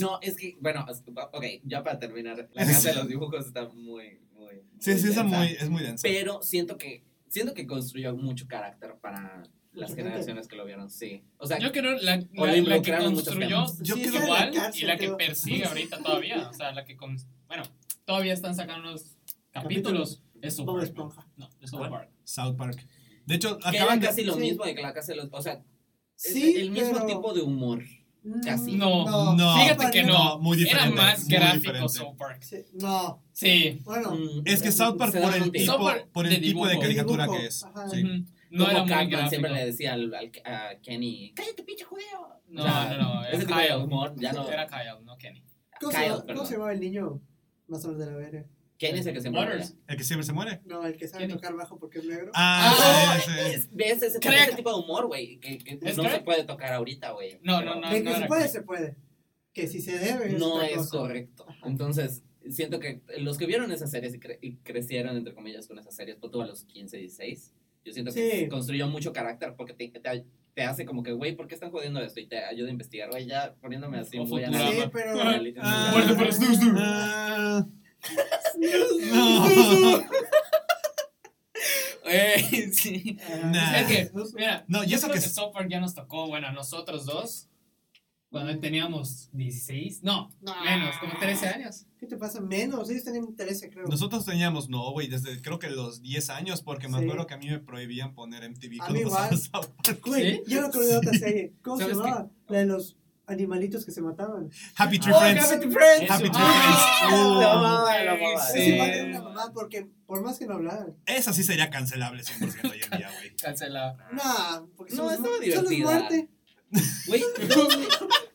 S5: No, es que, bueno, es- ok, ya para terminar, la casa de los dibujos está muy, muy.
S1: Sí, sí,
S5: densa,
S1: es muy, es muy denso.
S5: Pero siento que, siento que construyó mucho carácter para las
S2: Mucha
S5: generaciones que lo vieron, sí. O sea,
S4: Yo creo la,
S5: O
S4: la, la
S5: le
S4: que
S5: involucraron muchos
S4: construyó
S5: temas.
S1: Yo
S2: Sí,
S1: creo
S2: está en la
S4: igual y
S2: cárcel,
S4: la que
S2: creo.
S4: persigue ahorita todavía. O sea, la que. con- bueno, todavía están sacando unos capítulos. Es
S2: Bob
S4: Super.
S2: Esponja.
S4: No, es Super.
S1: South Park. De hecho,
S5: que
S1: acaban
S5: era
S1: de.
S5: casi lo
S2: sí.
S5: mismo de que la casa de los. O sea, es
S2: Sí,
S5: el mismo
S2: pero-
S5: tipo de humor.
S2: Mm,
S5: Casi.
S4: No,
S1: No,
S4: Fíjate que no.
S1: no, muy
S4: Era
S1: diferente.
S4: más
S1: muy
S4: gráfico
S1: diferente.
S4: South Park.
S2: Sí, No,
S4: Sí.
S2: bueno.
S5: Mm,
S1: Es que
S2: Se
S1: South Park, por
S5: daban
S1: el
S5: un tiro.
S1: tipo,
S4: South Park
S1: por el
S4: de
S1: tipo de
S4: dibujo.
S1: caricatura que
S2: Dibujo,
S1: es.
S2: ajá.
S1: Sí.
S4: Ujú. No
S5: Como
S4: era muy
S5: Cartman
S4: gráfico.
S5: siempre le decía al, al- a Kenny, cállate, pinche judeo.
S4: No,
S5: O sea,
S4: no, no, era
S5: Ese tipo de
S4: Kyle.
S5: humor ya no.
S4: Era Kyle, no Kenny.
S2: ¿Cómo, se,
S5: Kyle,
S2: llama- ¿Cómo
S5: perdón.
S2: se llamaba el niño más o menos de la verga?
S5: ¿Quién es el que se muere?
S6: Butters.
S1: El que siempre se muere.
S2: No, el que sabe
S6: ¿Quién?
S2: tocar bajo porque es negro.
S1: Ah,
S5: Ah,
S1: sí,
S5: no,
S1: sí.
S5: es- ¿Ves ese,
S6: Crack.
S5: ese tipo de humor, güey? Que, que
S6: ¿Es
S5: no se
S6: crack?
S5: puede tocar ahorita, güey.
S6: No,
S5: Pero
S6: no, no.
S2: de que se
S6: era-
S2: puede, se puede. Que si se debe.
S5: No
S2: otra
S5: es
S2: cosa.
S5: correcto.
S2: Ajá.
S5: Entonces, siento que los que vieron esas series y, cre- y crecieron, entre comillas, con esas series, pues tú a los 15, 16, yo siento que
S2: Sí.
S5: construyó mucho carácter porque te, te, te hace como que, güey, ¿por qué están jodiendo esto? Y te ayuda a investigar, güey, ya poniéndome así
S6: O
S5: muy
S6: Futurama.
S5: anal-
S2: Sí, pero.
S6: Ah,
S1: Ah,
S6: Muerte por Snoo Snoo.
S1: Ah. No.
S5: Güey, sí.
S2: ah,
S1: Nah.
S6: Es que, Eh, mira,
S1: ah. No, y
S6: yo
S1: eso
S6: creo
S1: que
S6: que
S1: es-
S6: South Park ya nos tocó, bueno, a nosotros dos, cuando teníamos 16, no,
S2: No.
S6: menos, como 13 años.
S2: ¿Qué te pasa? Menos, ellos tenían 13, creo.
S1: Nosotros teníamos, no, güey, desde creo que los 10 años, porque me
S2: Sí.
S1: acuerdo que a mí me prohibían poner MTV
S2: A
S1: cuando
S2: mí
S1: pasaba
S2: igual.
S1: South Park.
S2: Güey, yo me acordé de otra serie. ¿Cómo se
S6: ¿Sabes qué?
S2: llamaba? La de los animalitos que se mataban.
S1: Happy Tree
S3: Oh,
S1: Friends.
S2: Happy Friends!
S1: Happy
S6: Eso. Ah,
S1: Tree Friends.
S5: Lo
S1: Oh,
S5: amaba, lo amaba.
S6: Sí.
S2: Es igual de una mamá porque por más que no hablaran.
S1: Esa sí sería cancelable 100% hoy en día, güey.
S6: Cancelado.
S2: No, porque
S5: No,
S2: somos
S5: estaba
S2: mu- solo es
S5: divertida.
S2: muerte.
S5: Eh, Güey, dos,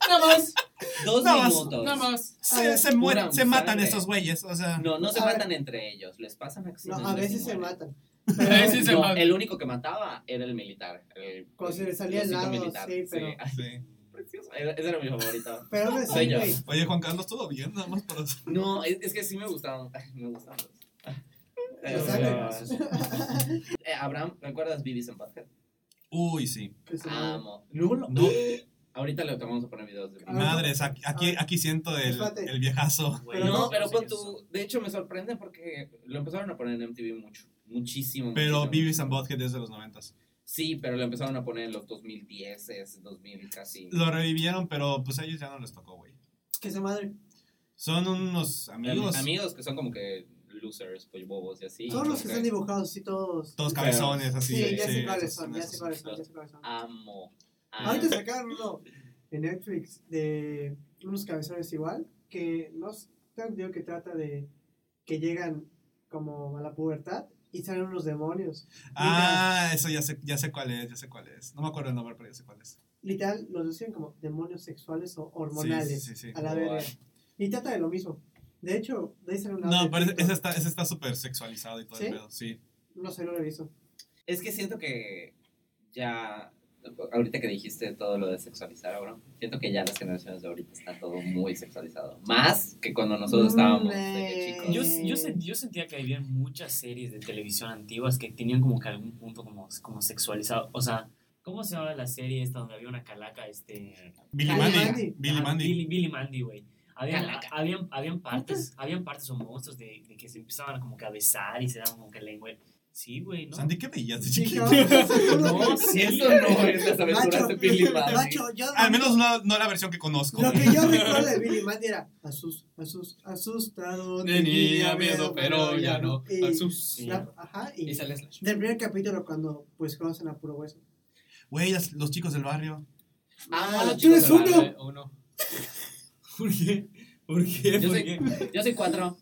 S6: Nada más,
S5: dos
S1: Nada más,
S5: minutos.
S6: nada más.
S1: Se, se
S5: pura
S1: mueren, se
S5: sangre.
S1: matan estos güeyes, o sea.
S5: No, no se
S2: A ver.
S5: matan entre ellos, les pasan
S2: No,
S5: accidentes.
S2: a
S5: y
S2: veces se
S5: mueren.
S2: matan.
S6: A veces se
S5: No,
S6: mata.
S5: el único que mataba era el militar. El,
S2: Cuando se le
S5: el
S2: salía el
S5: osito
S2: lado,
S5: militar,
S2: sí, pero-
S5: Ay,
S1: sí.
S5: precioso. Era- Ese era mi favorito.
S2: Pero aún así,
S5: Sueños.
S2: güey.
S1: Oye, Juan Carlos, ¿todo bien? Nada más para...
S5: No, es, es que sí me gustaban. ay, Me gustaban.
S2: Pero
S5: Eh,
S2: sale.
S5: eh, Abraham, ¿recuerdas Bibis en Butthead?
S1: Uy, sí.
S2: Pues,
S5: Amo. No, lo-
S1: No.
S5: Ahorita le vamos a poner videos de Bibis.
S2: A ver.
S1: Madres, aquí, aquí, aquí siento el,
S2: Espérate.
S1: el viejazo.
S3: Güey,
S5: Pero no, pero
S3: sé
S5: pon
S3: qué es eso.
S5: tu. De hecho, me sorprende porque lo empezaron a poner en MTV mucho. Muchísimo.
S1: Pero
S5: muchísimo.
S1: Beavis and Butthead es de los 90.
S5: Sí, pero lo empezaron a poner en los 2010, 2000 casi.
S1: Lo revivieron, pero pues a ellos ya no les tocó, güey.
S2: Que esa madre.
S1: Son unos amigos.
S5: Am- Amigos que son como que losers, pues bobos y así.
S2: Son los que
S5: Ok.
S2: están dibujados así todos.
S1: Todos cabezones, así.
S2: Sí, ya sé
S1: sí,
S2: cuáles
S1: esos
S2: son,
S1: son
S2: ya
S1: esos.
S2: sé cuáles son, ya sé cuáles son.
S5: Amo. amo.
S2: Ahorita sacaron uno en Netflix de unos cabezones igual, que no s- digo que trata de que llegan como a la pubertad y salen unos demonios.
S1: Ah, eso ya sé, ya sé cuál es, ya sé cuál es. No me acuerdo el nombre, pero ya sé cuál es.
S2: Literal, los decían como demonios sexuales o hormonales. Ah,
S1: Sí, sí, sí. sí.
S2: A la verga. Y trata de lo mismo. De hecho, de ahí sale una.
S1: No, pero ese está ese está súper sexualizado y todo
S2: ¿Sí?
S1: el pedo, sí.
S2: No sé, no lo he visto.
S5: Es que siento que ya. Ahorita que dijiste todo lo de sexualizar ahora, siento que ya las generaciones de ahorita está todo muy sexualizado. Más que cuando nosotros estábamos de
S2: Mm,
S5: chicos.
S3: Yo, yo, sen- yo sentía que había muchas series de televisión antiguas que tenían como que algún punto como, como sexualizado. O sea, ¿cómo se llamaba la serie esta donde había una calaca? Este,
S1: Billy
S2: Billy
S1: Mandy,
S2: Mandy.
S1: Billy
S3: ah,
S1: Mandy.
S3: Billy, Billy Mandy, güey. Habían,
S5: Calaca.
S3: habían, habían partes, habían partes o monstruos de, de que se empezaban como que a besar y se daban como que lengua. Sí, güey, ¿no?
S1: Sandy, ¿qué veías de
S2: Sí,
S1: chiquito?
S3: No, sí,
S5: Eso no es las aventuras de
S2: Macho,
S5: Billy Mandy.
S2: macho, yo
S1: Al menos no, no la versión que conozco.
S2: Lo que yo recuerdo de Billy Mandy era asus, asus, asustado.
S6: Tenía miedo, pero ya no.
S2: Y,
S6: Al sus.
S3: Sí.
S2: la- ajá, y,
S6: Y sale Slash.
S2: del primer capítulo cuando pues conocen a puro hueso.
S1: Güey, las- los chicos del barrio.
S5: Amo a los
S2: Ah,
S5: chicos
S2: tú
S5: del
S2: eres
S5: barrio.
S6: Vale, uno.
S3: ¿Por qué? ¿Por qué?
S2: Pues
S5: Yo
S3: ¿Por
S5: soy,
S3: qué?
S5: yo soy cuatro.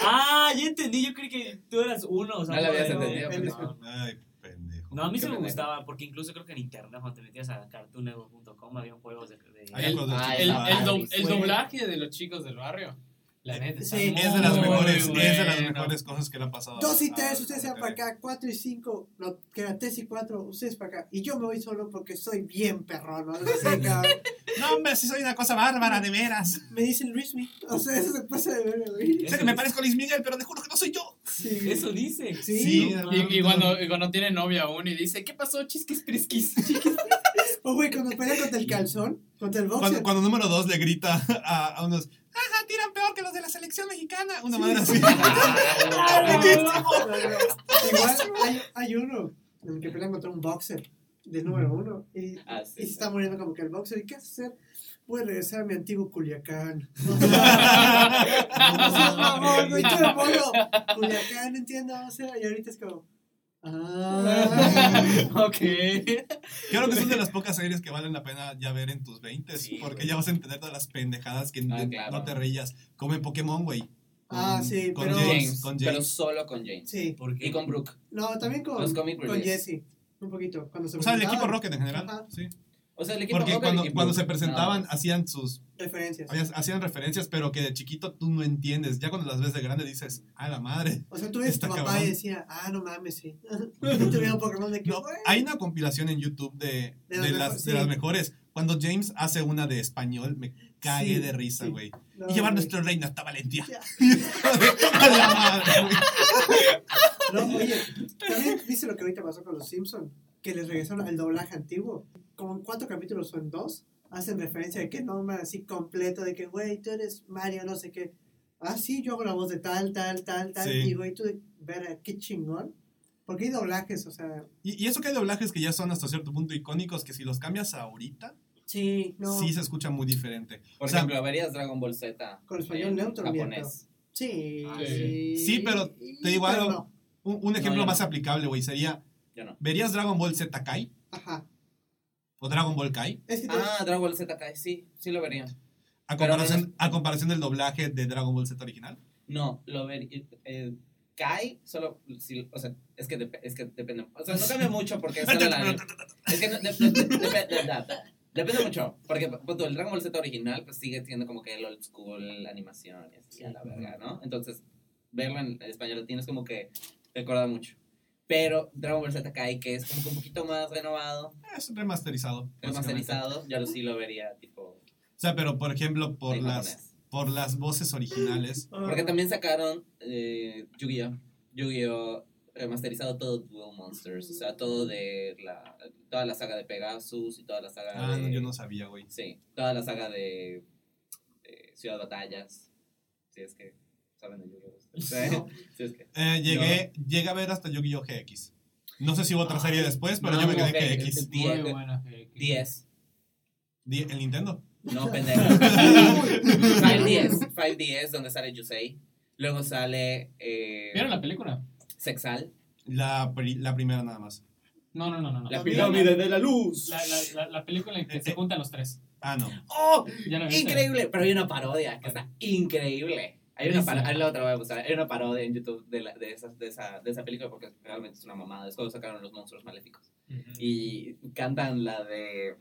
S3: Ah, ya entendí, yo creí que tú eras uno. O sea,
S5: No la habías
S3: no,
S5: entendido, pues,
S3: no,
S2: pendejo.
S3: no.
S1: Ay, pendejo.
S3: No, a mí
S5: Qué
S3: sí me
S5: pendejo.
S3: gustaba, porque incluso creo que en internet, cuando te metías a cartoonnetwork.com, había juegos de... de-
S1: Había
S6: El-
S1: juegos de los
S5: ah,
S1: chicos
S6: El,
S1: del
S6: el,
S1: barrio.
S6: do- el doblaje de los chicos del barrio. La neta. está
S2: Sí.
S6: muy
S1: Es de las mejores,
S6: bueno.
S1: es de las mejores cosas que le ha
S6: Oh,
S1: pasado.
S2: Dos y
S6: ah,
S1: a-
S2: tres,
S1: a-
S2: ustedes
S1: a-
S2: sean para acá, cuatro y cinco, no, que era tres y cuatro, ustedes para acá. Y yo me voy solo porque soy bien perrón, ¿no? Así, cabrón.
S1: No, hombre, sí soy una cosa bárbara, de veras.
S2: Me dicen Luis Me. O sea, eso se pasa de verga, güey.
S1: Sé que me parezco a Luis Miguel, pero te juro que no soy yo.
S2: Sí.
S3: Eso dice.
S2: Sí.
S1: no,
S6: Y, y
S1: no.
S6: cuando, y cuando tiene novia aún y dice, ¿qué pasó, chisquis prisquis?
S2: O güey, cuando pelea contra el calzón, contra el boxer.
S1: Cuando, cuando número dos le grita a, a unos, ajá, tiran peor que los de la selección mexicana. Una madre así.
S2: No, no. Igual hay, hay uno en el que pelea contra un boxer del número uno y,
S5: Ah, sí,
S2: y se
S5: sí.
S2: está muriendo como que el boxer. ¿Y qué vas a hacer? Voy a regresar a mi antiguo Culiacán. Mamón, güey, qué mono. Culiacán, entiendo. O sea, y ahorita es como. Ah,
S6: ok.
S1: Claro que son de las pocas series que valen la pena ya ver en tus 20
S3: Sí,
S1: porque
S3: güey.
S1: ya vas a entender todas las pendejadas que
S5: Ah,
S1: de-
S5: claro.
S1: no te reías. Como en Pokémon, güey.
S2: ah sí,
S1: con
S2: pero.
S1: James. con
S5: Pero
S1: James.
S5: solo con James.
S2: Sí.
S3: ¿Por qué?
S5: Y con Brooke.
S2: No, también con,
S5: Los comic
S2: con
S5: relief.
S2: Jesse. Un poquito. Cuando se
S1: O sea, el equipo
S2: presentaban.
S1: Rocket en general.
S2: Ajá.
S1: Sí.
S5: O O sea, el equipo
S1: Porque
S5: Joker
S1: cuando,
S5: y Blue,
S1: cuando se presentaban,
S5: nada más.
S1: hacían sus.
S2: Referencias.
S1: habías- Hacían referencias, pero que de chiquito tú no entiendes. Ya cuando las ves de grande dices, a la madre.
S2: O sea, tú ves a tu
S1: Está
S2: papá
S1: cabrón.
S2: y decía, ah, no mames, sí. Yo tuviera un Pokémon de que,
S1: No,
S2: güey.
S1: hay una compilación en YouTube de,
S2: De
S1: de, las,
S2: las mejores,
S1: de
S2: sí.
S1: las mejores. Cuando James hace una de español, me cagué
S2: Sí,
S1: de risa,
S2: sí.
S1: güey.
S2: No,
S1: y llevar
S2: güey.
S1: nuestro reino hasta Valentía.
S2: Ya.
S1: a la madre, güey.
S2: No, oye, también viste lo que ahorita pasó con los Simpsons, que les regresaron al doblaje antiguo. Como en cuatro capítulos o en dos, hacen referencia de que nombre así completo, de que, güey, tú eres Mario, no sé qué. Ah, sí, yo hago la voz de tal, tal, tal, tal.
S1: Sí.
S2: Y, güey, tú, de- ver, qué chingón. Porque hay doblajes, o sea.
S1: Y, y eso que hay doblajes que ya son hasta cierto punto icónicos, que si los cambias ahorita,
S2: Sí, no.
S1: sí se escucha muy diferente.
S5: Por
S1: o sea-
S5: ejemplo, verías Dragon Ball Z.
S2: Con español
S5: en
S2: neutro, bien,
S5: Japonés.
S2: Sí.
S3: Ah,
S6: sí.
S1: Sí, pero te digo
S2: Pero
S1: algo.
S2: no.
S1: Un, un ejemplo
S5: yo no.
S1: más aplicable, güey, sería,
S5: Yo no.
S1: ¿verías Dragon Ball Z Kai
S2: Ajá.
S1: o Dragon Ball Kai?
S2: Es que te-
S5: Ah, Dragon Ball Z Kai, sí, sí lo vería.
S1: A
S5: Pero no
S1: comparación, a comparación del doblaje de Dragon Ball Z original.
S5: No, lo vería. eh, Kai, solo. si- o sea, es que, dep- es que depende. O sea, no cambia mucho porque. es solo la- Es que no- de- de- de- depe- de- de- de- depende mucho. Porque pues, el Dragon Ball Z original pues, sigue siendo como que el old school animación y así a la verga, ¿no? Entonces, verlo en español latino es como que recuerda mucho. Pero Dragon Ball Z Kai, que es como que un poquito más renovado,
S1: Es remasterizado. básicamente.
S5: remasterizado, yo lo sí lo vería tipo.
S1: O sea, pero por ejemplo, por
S5: en
S1: las,
S5: japonés.
S1: por las voces originales.
S2: Ah,
S5: Porque también sacaron eh, Yu-Gi-Oh! Yu-Gi-Oh! remasterizado todo Duel Monsters, o sea, todo de la, toda la saga de Pegasus y toda la saga
S1: Ah,
S5: de.
S1: no, yo no sabía, güey.
S5: Sí, toda la saga de, de Ciudad Batallas. Si es que saben de Yu-Gi-Oh! ustedes.
S2: No.
S5: Si es que.
S1: Eh, llegué, llegué a ver hasta Yu-Gi-Oh! GX. No sé si hubo otra serie después, pero yo me quedé en
S5: que
S1: GX.
S6: Muy
S5: 10.
S6: buena. Jericho.
S5: 10.
S1: Di- El Nintendo.
S5: No, pendejo. 510. 510, donde sale Yusei. Luego sale eh,
S6: ¿Vieron la película?
S5: Sexal.
S1: La, pri- la primera nada más.
S6: No, no, no, no. no.
S5: La
S6: La,
S5: pirámide de la luz.
S6: la, la, la película en que se juntan los tres.
S1: Ah, no.
S5: ¡Oh!
S6: ¿Ya la viste?
S5: Increíble. Pero hay una parodia que está increíble. Hay una
S6: Buenísima.
S5: parodia, la otra voy a buscar. Hay una parodia en YouTube de, la- de, esa, de, esa, de esa película porque realmente es una mamada. Es cuando sacaron los monstruos maléficos.
S6: Ujú.
S5: Y cantan la de.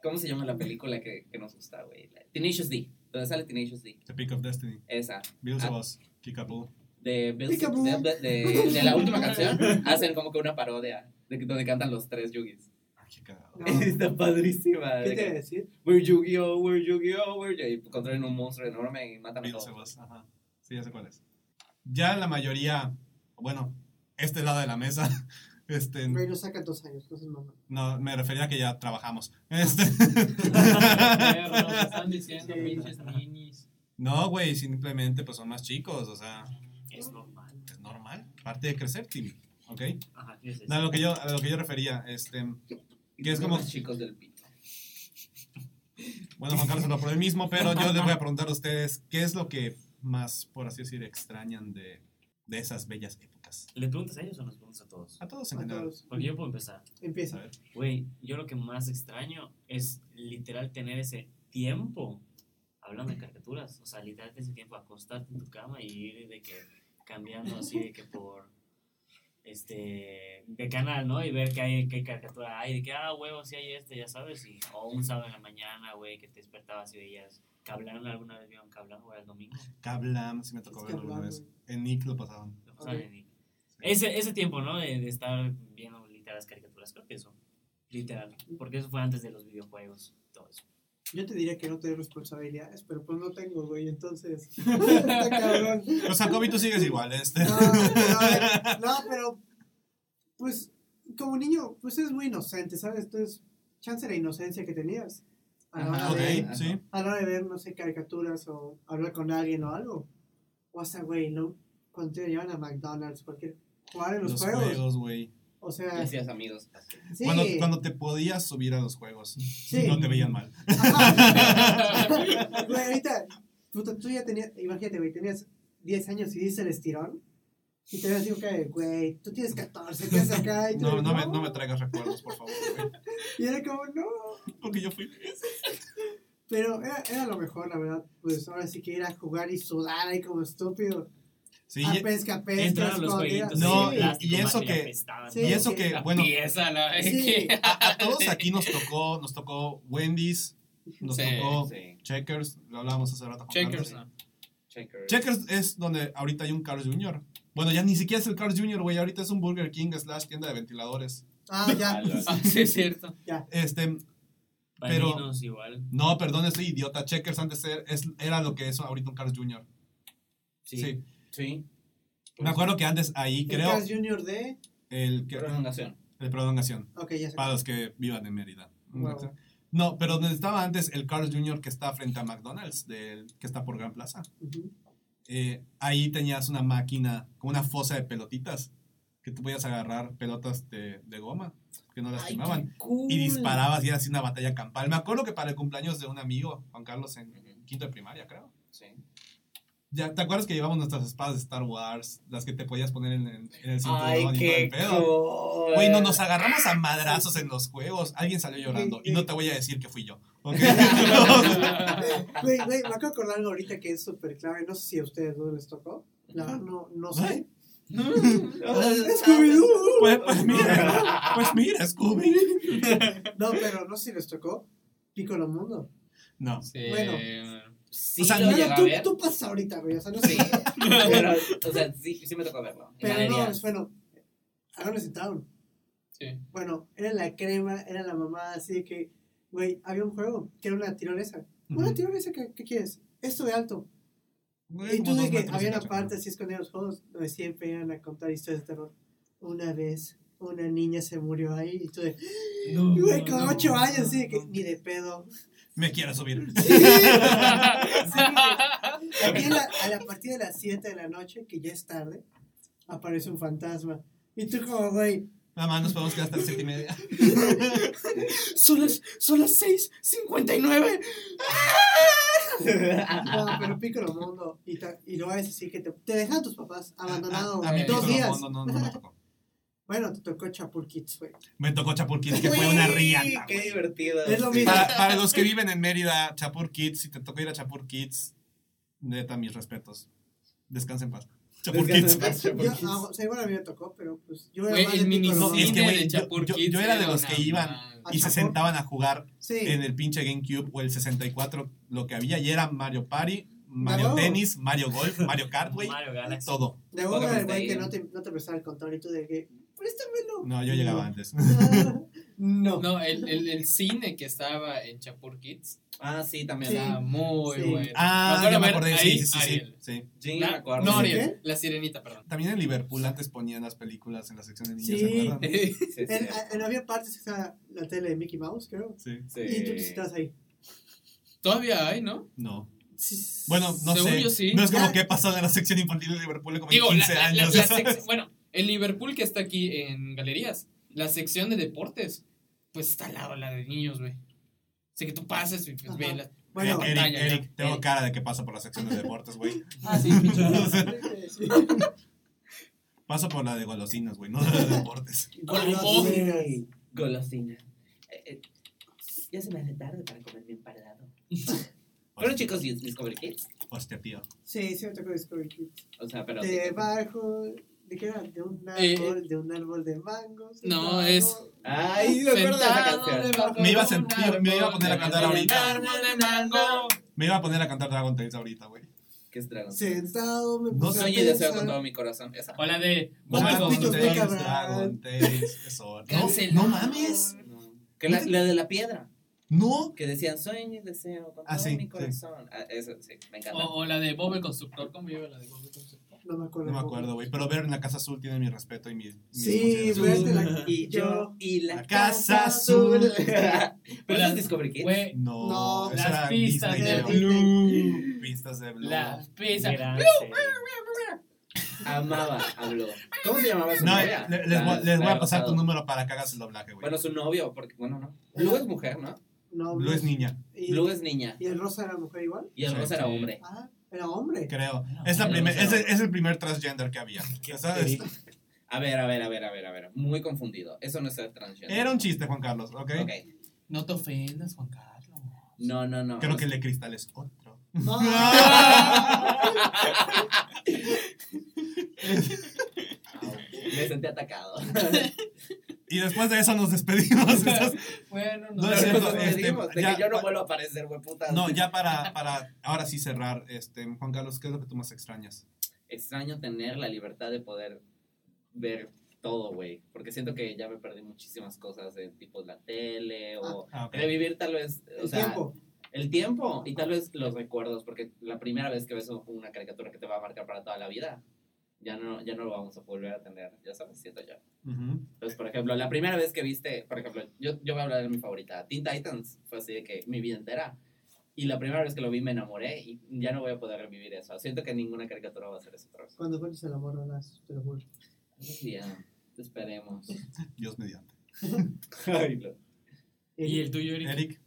S5: ¿Cómo se llama la película que, que nos gusta, güey? La- Tenacious D. ¿Dónde sale Tenacious D?
S1: The Peak of Destiny.
S5: Esa.
S1: Bills
S5: Ah.
S1: of Us. Kickapoo.
S5: De, Bill-
S2: Peekaboo.
S5: de, de- de la última canción. Hacen como que una parodia de que- donde cantan los tres Yugis.
S1: Ah, qué cagado.
S2: No.
S5: Está padrísima.
S2: ¿Qué
S5: de
S2: te
S5: que,
S2: iba a decir?
S5: We're Yu-Gi-Oh! We're Yu-Gi-Oh! We're Yu-Gi-Oh! Y contraen un monstruo enorme y matan a
S1: Bills
S5: todos.
S1: of Us. Ajá. Sí, ya sé cuál es. Ya la mayoría, bueno, este lado de la mesa, este,
S2: Güey, no saca dos años, no seas mamá.
S1: no, me refería a que ya trabajamos. Este.
S6: Perros, están diciendo
S2: Sí.
S6: pinches ninis.
S1: No, güey, simplemente pues son más chicos, o sea,
S3: Es normal.
S1: es normal, parte de crecer, Tim, ¿ok?
S3: Ajá, ¿qué es eso?
S1: No, a lo que yo, a lo que yo refería, este,
S5: Y
S1: Que es
S5: son
S1: como-
S5: los chicos del pito.
S1: bueno, Juan Carlos lo por el mismo, pero yo les voy a preguntar a ustedes, ¿qué es lo que más, por así decir, extrañan de, de esas bellas épocas?
S3: ¿Le preguntas a ellos o nos preguntas a todos?
S1: A todos en
S2: A
S1: general.
S2: todos.
S3: Porque yo puedo empezar.
S1: A
S2: Empieza.
S1: ver,
S3: Güey, yo lo que más extraño es literal tener ese tiempo hablando de caricaturas. O sea, literal tener ese tiempo acostarte en tu cama y ir de que cambiando así de que por este de canal, ¿no? Y ver qué hay, qué caricatura hay, de que ah, huevo, si hay este, ya sabes, y o un sábado en la mañana, güey, que te despertabas y veías Cablan, alguna vez vieron Cablan o era el domingo.
S1: Kablam, si me tocó
S2: Es
S1: verlo alguna
S2: Kablam,
S1: vez. En Nick lo pasaban.
S3: Lo pasaban
S2: Ok.
S3: en- Ese, ese tiempo, ¿no? De, de estar viendo literal las caricaturas, creo que eso. Literal. Porque eso fue antes de los videojuegos, todo eso.
S2: Yo te diría que no tengo responsabilidades, pero pues no tengo, güey, entonces. Está cabrón.
S1: O sea, Kobe, tú sigues igual, este.
S2: No, pero, a ver, no, pero, Pues, como niño, pues es muy inocente, ¿sabes? Entonces, chance la inocencia que tenías. A la, hora
S5: Ajá,
S1: Ok,
S2: de,
S5: ajá.
S1: sí.
S2: a la hora de ver, no sé, caricaturas o hablar con alguien o algo. O hasta, güey, ¿no? Cuando te llevan a McDonald's, cualquier. Jugar en los,
S1: Los
S2: juegos.
S1: juegos, güey.
S2: O
S5: Y
S2: sea,
S5: hacías amigos.
S2: sí.
S1: Cuando, cuando te podías subir a los juegos,
S2: Sí.
S1: no te veían mal.
S2: Ajá. Güey, ahorita, puta, tú ya tenías, imagínate, güey, tenías 10 años y dices el estirón. Y te ves así, ok, güey, tú tienes 14, ¿qué haces acá? Y tú,
S1: No, no me, no me traigas recuerdos, por favor, güey.
S2: Y era como, no.
S1: Porque yo fui.
S2: Pero era, era lo mejor, la verdad. Pues ahora sí que ir a jugar y sudar ahí como estúpido.
S1: Sí,
S2: a
S1: y-
S2: pesca, pesca.
S3: Entran a los
S2: escondida.
S3: jueguitos.
S1: No,
S2: Sí.
S1: y- y eso que-
S2: Sí,
S1: y eso que,
S6: La
S1: bueno,
S6: pieza, la vez
S2: Sí.
S6: que-
S1: a, a todos aquí nos tocó, nos tocó Wendy's, nos
S6: Sí,
S1: tocó
S5: Sí,
S1: Checkers, lo hablábamos hace rato. con
S6: Checkers,
S1: Carlos.
S6: ¿no?
S5: checkers.
S1: Checkers es donde ahorita hay un Carl Jr. Bueno, ya ni siquiera es el Carl Jr., güey, ahorita es un Burger King slash tienda de ventiladores.
S2: Ah, ya.
S6: Ah, sí, es cierto.
S1: Este, pero-
S3: Pero. igual.
S1: no, perdón, estoy idiota. Checkers antes era, es- era lo que es ahorita un Carl Jr. Sí.
S5: Sí. Sí.
S1: Me acuerdo que antes ahí,
S2: El
S1: creo,
S2: Carl's Jr. de.
S1: el que...
S5: Prolongación.
S1: El prolongación,
S2: Ok, ya sé.
S1: para los que vivan en Mérida.
S2: Wow.
S1: No, pero donde estaba antes el Carl Jr. que está frente a McDonald's, del- que está por Gran Plaza.
S2: Ujú.
S1: eh, ahí tenías una máquina, como una fosa de pelotitas, que tú podías agarrar pelotas de, de goma, que no lastimaban, y disparabas y era así una batalla campal. Me acuerdo que para el cumpleaños de un amigo, Juan Carlos, en
S5: Ujú,
S1: quinto de primaria, creo.
S5: Sí.
S1: Ya, ¿Te acuerdas que llevamos nuestras espadas de Star Wars, las que te podías poner en, en- en el cinturón
S5: Ay,
S1: y todo el
S5: qué
S1: pedo?
S5: cool.
S1: Güey, no, nos agarramos a madrazos en los juegos. Alguien salió llorando y no te voy a decir que fui yo. ¿ok?
S2: Güey, güey, me acabo de acordar algo ahorita que es súper clave. No sé si a ustedes dos les tocó. La verdad, no, no sé. Scooby-Doo.
S1: pues, pues mira, pues mira, Scooby.
S2: No, pero no sé si les tocó. Piccolo Mundo.
S1: No.
S6: Sí.
S2: Bueno.
S5: Sí,
S1: O sea,
S5: lo
S1: no,
S2: Bueno,
S5: llegué Ah, a
S2: tú,
S5: ver.
S2: tú pasas ahorita, güey. O sea, no sé.
S5: Sí. Pero, o sea, sí, sí me tocó verlo. en
S2: Pero no,
S5: galerías.
S2: es bueno. Háganlo sentado.
S6: Sí.
S2: Bueno, era la crema, era la mamá, así que, güey, había un juego que era una tirolesa. Una tirolesa, ¿qué, qué quieres? Esto de alto. Y tú de que había una parte así escondida en los juegos donde siempre iban a contar historias de terror. Una vez una niña se murió ahí y tú de,
S6: No,
S2: güey,
S6: no,
S2: con
S6: no,
S2: ocho
S6: no,
S2: años, así
S6: no,
S2: de que
S6: no.
S2: ni de pedo.
S1: Me quiero subir.
S2: Aquí a la, a la partida de las 7 de la noche, que ya es tarde, aparece un fantasma. Y tú como, güey,
S1: Nada más nos podemos quedar hasta las 7 y media.
S4: Son las, son las 6.59.
S2: ¡Ah! no, pero Piccolo Mundo. Y, ta- y lo ves así que te, te dejan tus papás abandonado
S1: A- a mí
S2: dos
S1: Piccolo
S2: días.
S1: Mondo No, no, me tocó.
S2: Bueno, te tocó Chapul Kids, güey.
S1: Me tocó Chapur Kids, que
S2: Güey,
S1: fue una riata.
S5: Qué
S1: güey.
S5: divertido.
S2: Es lo mismo.
S1: Para, para los que viven en Mérida, Chapur Kids, si te tocó ir a Chapur Kids, neta, mis respetos. Descansa en paz. Chapur
S5: Descansa
S1: Kids.
S5: en paz, Chapur
S2: Yo,
S5: Kids.
S2: ah, o sea, igual a mí me tocó, pero pues yo era
S6: Güey,
S2: más de
S6: el
S2: Piccolo
S1: no,
S6: minicine
S1: es que, güey,
S6: de
S1: yo-
S6: Chapur
S1: yo-
S6: Kids
S1: yo era de los
S6: una
S1: que iban.
S6: madre.
S2: Ah,
S1: Y se
S2: Chapur.
S1: sentaban a jugar
S2: Sí.
S1: en el pinche GameCube o el 64, lo que había. Y era Mario Party, Mario
S2: Bravo.
S1: Tennis, Mario Golf, Mario Kart, güey.
S3: Mario Galaxy.
S1: Todo.
S2: De uno era el
S5: Póngame
S2: güey que
S5: ahí,
S2: no
S5: ¿no?
S2: te, no te prestaba el control y tú de que, préstamelo.
S1: No, yo llegaba antes.
S2: no.
S6: No, el, el, el cine que estaba en Chapur Kids
S5: Ah, sí, también.
S2: Sí.
S6: estaba muy
S2: Sí.
S6: bueno.
S1: Ah,
S6: Me acuerdo
S1: ya me
S6: ver
S1: acordé.
S6: ahí
S1: Sí, sí, sí, sí,
S6: Ariel.
S1: sí.
S5: Sí,
S6: La-
S5: me acuerdo.
S6: No,
S2: ¿Sí,
S6: Ariel, la sirenita, perdón.
S1: También en Liverpool antes ponían las películas en la sección de niños,
S2: Sí.
S1: ¿se acuerdan?
S5: Sí, sí,
S2: En- a- en- había partes que estaba la tele de Mickey Mouse, creo.
S1: Sí.
S5: sí.
S2: Y tú estás ahí.
S6: Todavía hay, ¿no?
S1: No. Bueno, no
S6: Según
S1: sé.
S6: yo sí.
S1: No es como
S2: Ya.
S1: que he pasado de la sección infantil de Liverpool como
S6: Digo,
S1: en
S6: la,
S1: 15
S6: la- la-
S1: años.
S6: la sec- bueno, el Liverpool que está aquí en galerías, la sección de deportes, pues está al lado la de niños, güey. Así que tú pases y pues
S2: Ajá.
S6: ve la-
S2: Bueno,
S1: Eric,
S6: pantalla,
S1: Eric,
S6: ya.
S1: tengo
S6: Eric.
S1: cara de que paso por la sección de deportes, güey.
S2: ah, sí, sí.
S1: Paso por la de golosinas, güey, no la de deportes.
S2: Golosinas.
S5: Golosina. Golosina. Eh, eh, ya se me hace tarde para comer bien paredado.
S1: Pues
S5: Pero chicos, ¿y Discovery Kids.
S1: Hostia, tío.
S2: Sí, sí me tocó Discovery Kids.
S5: O sea, pero.
S2: Debajo, ¿de qué era? De un
S6: Eh,
S2: árbol, de un árbol de mangos.
S6: No,
S2: debajo.
S6: es-
S5: Ay, me acuerdo de esa
S6: Sentado
S5: canción.
S6: debajo
S1: Me iba a
S6: de un
S1: sentir- me iba a
S6: árbol,
S1: poner a cantar
S6: debajo
S1: ahorita.
S6: de un árbol de mango.
S1: Me iba a poner a cantar Dragon Tales ahorita, güey.
S5: ¿Qué es Dragon?
S2: Sentado, me
S1: No
S5: No
S2: puse a
S5: soy y deseo con
S2: pensar.
S5: todo mi corazón. Esa.
S6: O la de
S2: Con
S6: Bob el
S1: Dragon
S2: papitos de
S6: Constructor.
S1: Tales, Dragon
S2: cabrón.
S1: Tales, eso.
S6: Cancel.
S1: No, no mames.
S5: No. Que la, la de la piedra.
S1: No.
S5: Que decían sueño y deseo con
S1: Ah,
S5: todo
S1: sí,
S5: mi
S1: sí. Oh.
S5: corazón. Ah, eso sí, me encanta.
S6: O, o la de Bob el Constructor. ¿Cómo iba la de Bob el Constructor?
S2: No me acuerdo.
S1: No me acuerdo, güey. Pero ver en la Casa Azul tiene mi respeto y mis. mis
S2: Sí,
S1: consideraciones.
S2: verte la-
S5: Y yo
S2: yo-
S5: y la,
S1: La casa azul.
S5: Pero es Discovery Kids.
S6: Güey,
S1: No,
S2: No,
S1: esa
S6: las
S1: era
S6: pistas
S1: Disney
S6: de
S2: de
S1: Channel.
S6: Blue.
S1: Pistas de Blue.
S6: La pizza.
S3: Gran serie.
S5: Amaba, habló. ¿Cómo se llamaba su
S1: No, eh,
S5: novia?
S1: le- les, voy,
S5: La-
S1: les voy
S5: la
S1: a pasar tu
S5: Rosado.
S1: número para que hagas el doblaje, güey.
S5: Bueno, su novio, porque, bueno, no. Blue es mujer, ¿no?
S2: No,
S1: Blue es niña,
S2: y,
S5: Blue es niña.
S2: ¿Y el rosa era mujer igual?
S5: Y el
S1: Sí.
S5: rosa era hombre.
S2: Ah, era hombre.
S1: creo.
S6: Ah,
S1: Es, la
S5: no,
S1: primer-
S5: no,
S1: es,
S5: no.
S1: el- es el primer transgender que había. ¿sabes?
S5: A ver, a ver, a ver, a ver, a ver. Muy confundido. Eso no es ser transgénero.
S1: Era un chiste, Juan Carlos, ¿ok?
S5: Ok.
S6: No te ofendas, Juan Carlos.
S5: No, no, no.
S1: Creo que le cristales otro.
S2: No.
S5: Me sentí atacado.
S1: Y después de eso nos despedimos. Estás-
S6: Bueno, no,
S1: No,
S5: Pero
S1: es cierto,
S5: nos
S1: este,
S5: despedimos de
S1: ya-
S5: que yo no vuelvo a aparecer, güey, puta.
S1: No, ya para, para ahora sí cerrar, este, Juan Carlos, ¿qué es lo que tú más extrañas?
S5: Extraño tener la libertad de poder ver todo, güey. Porque siento que ya me perdí muchísimas cosas, de tipo la tele o
S1: Ah, ok.
S5: revivir tal vez. O
S2: El
S5: sea,
S2: tiempo.
S5: El tiempo y tal vez los recuerdos, porque la primera vez que ves una caricatura que te va a marcar para toda la vida, ya no, ya no lo vamos a volver a tener, ya sabes, siento yo.
S1: Ujú.
S5: Entonces, por ejemplo, la primera vez que viste, por ejemplo, yo, yo voy a hablar de mi favorita, Teen Titans, fue así de que mi vida entera. Y la primera vez que lo vi me enamoré y ya no voy a poder revivir eso. Siento que ninguna caricatura va a hacer eso otra vez.
S2: Cuando vuelves el amor, las te lo juro.
S5: Algún día, esperemos.
S1: Dios mediante.
S5: Ay, lo-
S2: Eh,
S6: ¿Y el tuyo, Eric?
S1: Eric,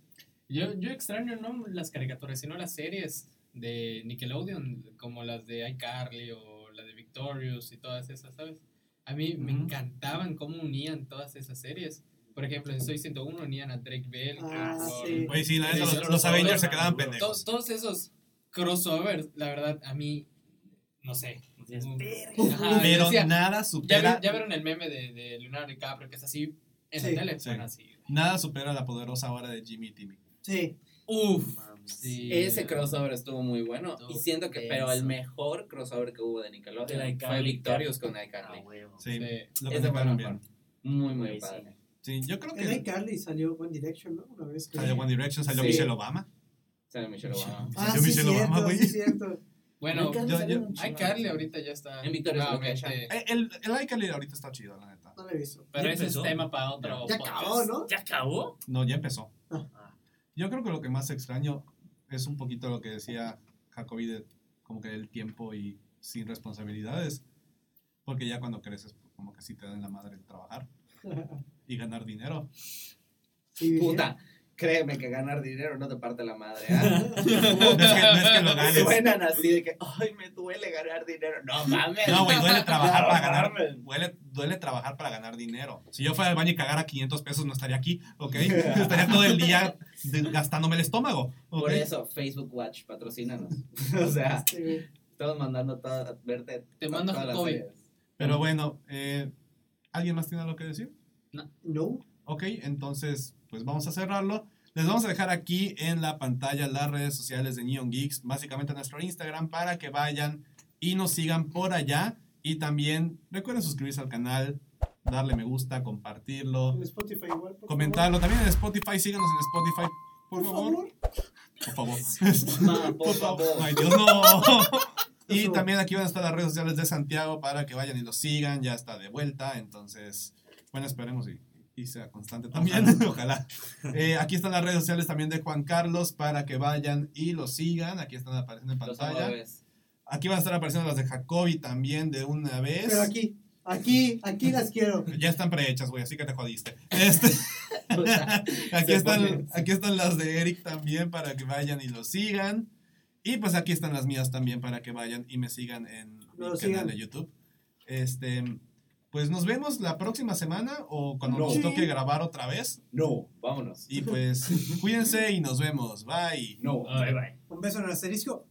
S6: Yo, yo extraño no las caricaturas, sino las series de Nickelodeon, como las de iCarly o la de Victorious y todas esas, ¿sabes? A mí me
S1: Ujú.
S6: encantaban cómo unían todas esas series. Por ejemplo, en Soy 101 unían a Drake Bell.
S2: Ah,
S6: a Thor,
S2: sí.
S1: güey, sí, la neta,
S6: Sí,
S1: los,
S6: sí,
S1: los
S6: sí,
S1: Avengers
S6: sí,
S1: se quedaban
S3: sí, sí.
S1: pendejos.
S6: to- todos esos crossovers, la verdad, a mí, no sé.
S3: Decías,
S6: Mm.
S3: "Verga".
S6: Ajá,
S1: Pero
S6: decía,
S1: nada
S6: ¿ya, vi-
S1: supera,
S6: ya vieron el meme de, de Leonardo DiCaprio que es así en
S2: Sí.
S6: la tele?
S1: Sí.
S6: Bueno, así.
S1: nada supera la poderosa hora de Jimmy y Timmy.
S2: Sí.
S6: Uf.
S3: Mames.
S6: sí.
S5: Ese crossover estuvo muy bueno.
S6: Estuvo
S5: Y siento que, pero
S6: denso.
S5: el mejor crossover que hubo de
S3: Era
S5: Nickelodeon fue
S3: iCarly.
S5: Victorious con
S3: Ah,
S5: iCarly.
S3: huevo.
S1: Sí,
S6: Sí.
S1: lo
S5: Ese fue el
S1: conectaron
S5: mejor.
S1: bien.
S5: Muy, muy
S3: Güey, sí.
S5: padre.
S1: Sí, yo creo
S2: En
S1: que
S2: Carly salió One Direction, ¿no? Una vez que.
S1: salió One Direction, salió
S5: Sí.
S1: Michelle Obama.
S5: Sale Michelle Obama.
S2: Ah,
S1: Yo
S2: sí,
S1: Michelle
S2: cierto,
S1: Obama, güey.
S2: sí, cierto.
S6: Bueno,
S1: yo- yo-
S6: iCarly ahorita ya está.
S5: En Victoria's
S6: nuevamente-
S5: Secret.
S1: Eh, El, el iCarly ahorita está chido, la neta.
S2: No lo he visto.
S6: Pero
S3: ¿Ya
S6: ese es
S3: empezó?
S6: tema para otro.
S2: Ya
S6: podcast.
S4: pues,
S2: acabó, ¿no?
S3: ¿Ya acabó?
S1: No, ya empezó.
S3: Ah.
S1: Yo creo que lo que más extraño es un poquito lo que decía Jacobi de como que el tiempo y sin responsabilidades. Porque ya cuando creces, pues, como que sí te dan la madre el trabajar y ganar dinero.
S2: Sí,
S5: Puta, créeme que ganar dinero no te parte la madre.
S1: No
S5: ¿ah?
S1: es que, no es que lo ganes.
S5: Suenan así de que, ay, me duele ganar dinero. No mames.
S1: No, güey, duele trabajar
S5: No
S1: para ganar.
S5: mames.
S1: Duele, duele trabajar para ganar dinero. Si yo fuera al baño y cagara 500 pesos, no estaría aquí, ¿ok? Estaría todo el día de- gastándome el estómago, ¿ok?
S5: Por eso, Facebook Watch, patrocínanos. o sea,
S2: Sí, güey.
S5: estamos mandando todo, a verte.
S6: Te mando
S5: todas las
S6: Jacobi.
S5: series.
S1: Pero bueno, eh, ¿alguien más tiene algo que decir?
S2: No.
S1: Ok, entonces, pues vamos a cerrarlo. Les vamos a dejar aquí en la pantalla las redes sociales de Neon Geeks, básicamente nuestro Instagram, para que vayan y nos sigan por allá. Y también recuerden suscribirse al canal, darle me gusta, compartirlo,
S2: En Spotify igual. por
S1: comentarlo. También en Spotify, síganos en Spotify, por
S2: favor.
S1: favor. Por favor.
S5: Ma, por
S1: Por favor.
S5: favor.
S1: Ay, Dios, no. Y
S2: favor.
S1: también aquí van a estar las redes sociales de Santiago para que vayan y lo sigan. Ya está de vuelta. Entonces, bueno, esperemos y, y sea constante también. Ojalá. Eh, aquí están las redes sociales también de Juan Carlos para que vayan y lo sigan. Aquí están apareciendo en
S5: Los
S1: pantalla.
S5: amores.
S1: Aquí van a estar apareciendo las de Jacobi también de una vez.
S2: Pero aquí, aquí, aquí las quiero.
S1: Ya están prehechas, güey, así que te jodiste. Este,
S5: Puta,
S1: aquí,
S5: Se pone.
S1: están, aquí están las de Eric también para que vayan y lo sigan. Y pues aquí están las mías también para que vayan y me sigan en mi
S2: Lo
S1: canal
S2: sigan.
S1: de YouTube. Este, pues nos vemos la próxima semana o cuando nos
S2: No.
S1: toque grabar otra vez.
S5: No, vámonos.
S1: Y pues cuídense y nos vemos. Bye.
S5: No.
S3: Bye, bye.
S2: Un beso en el asterisco.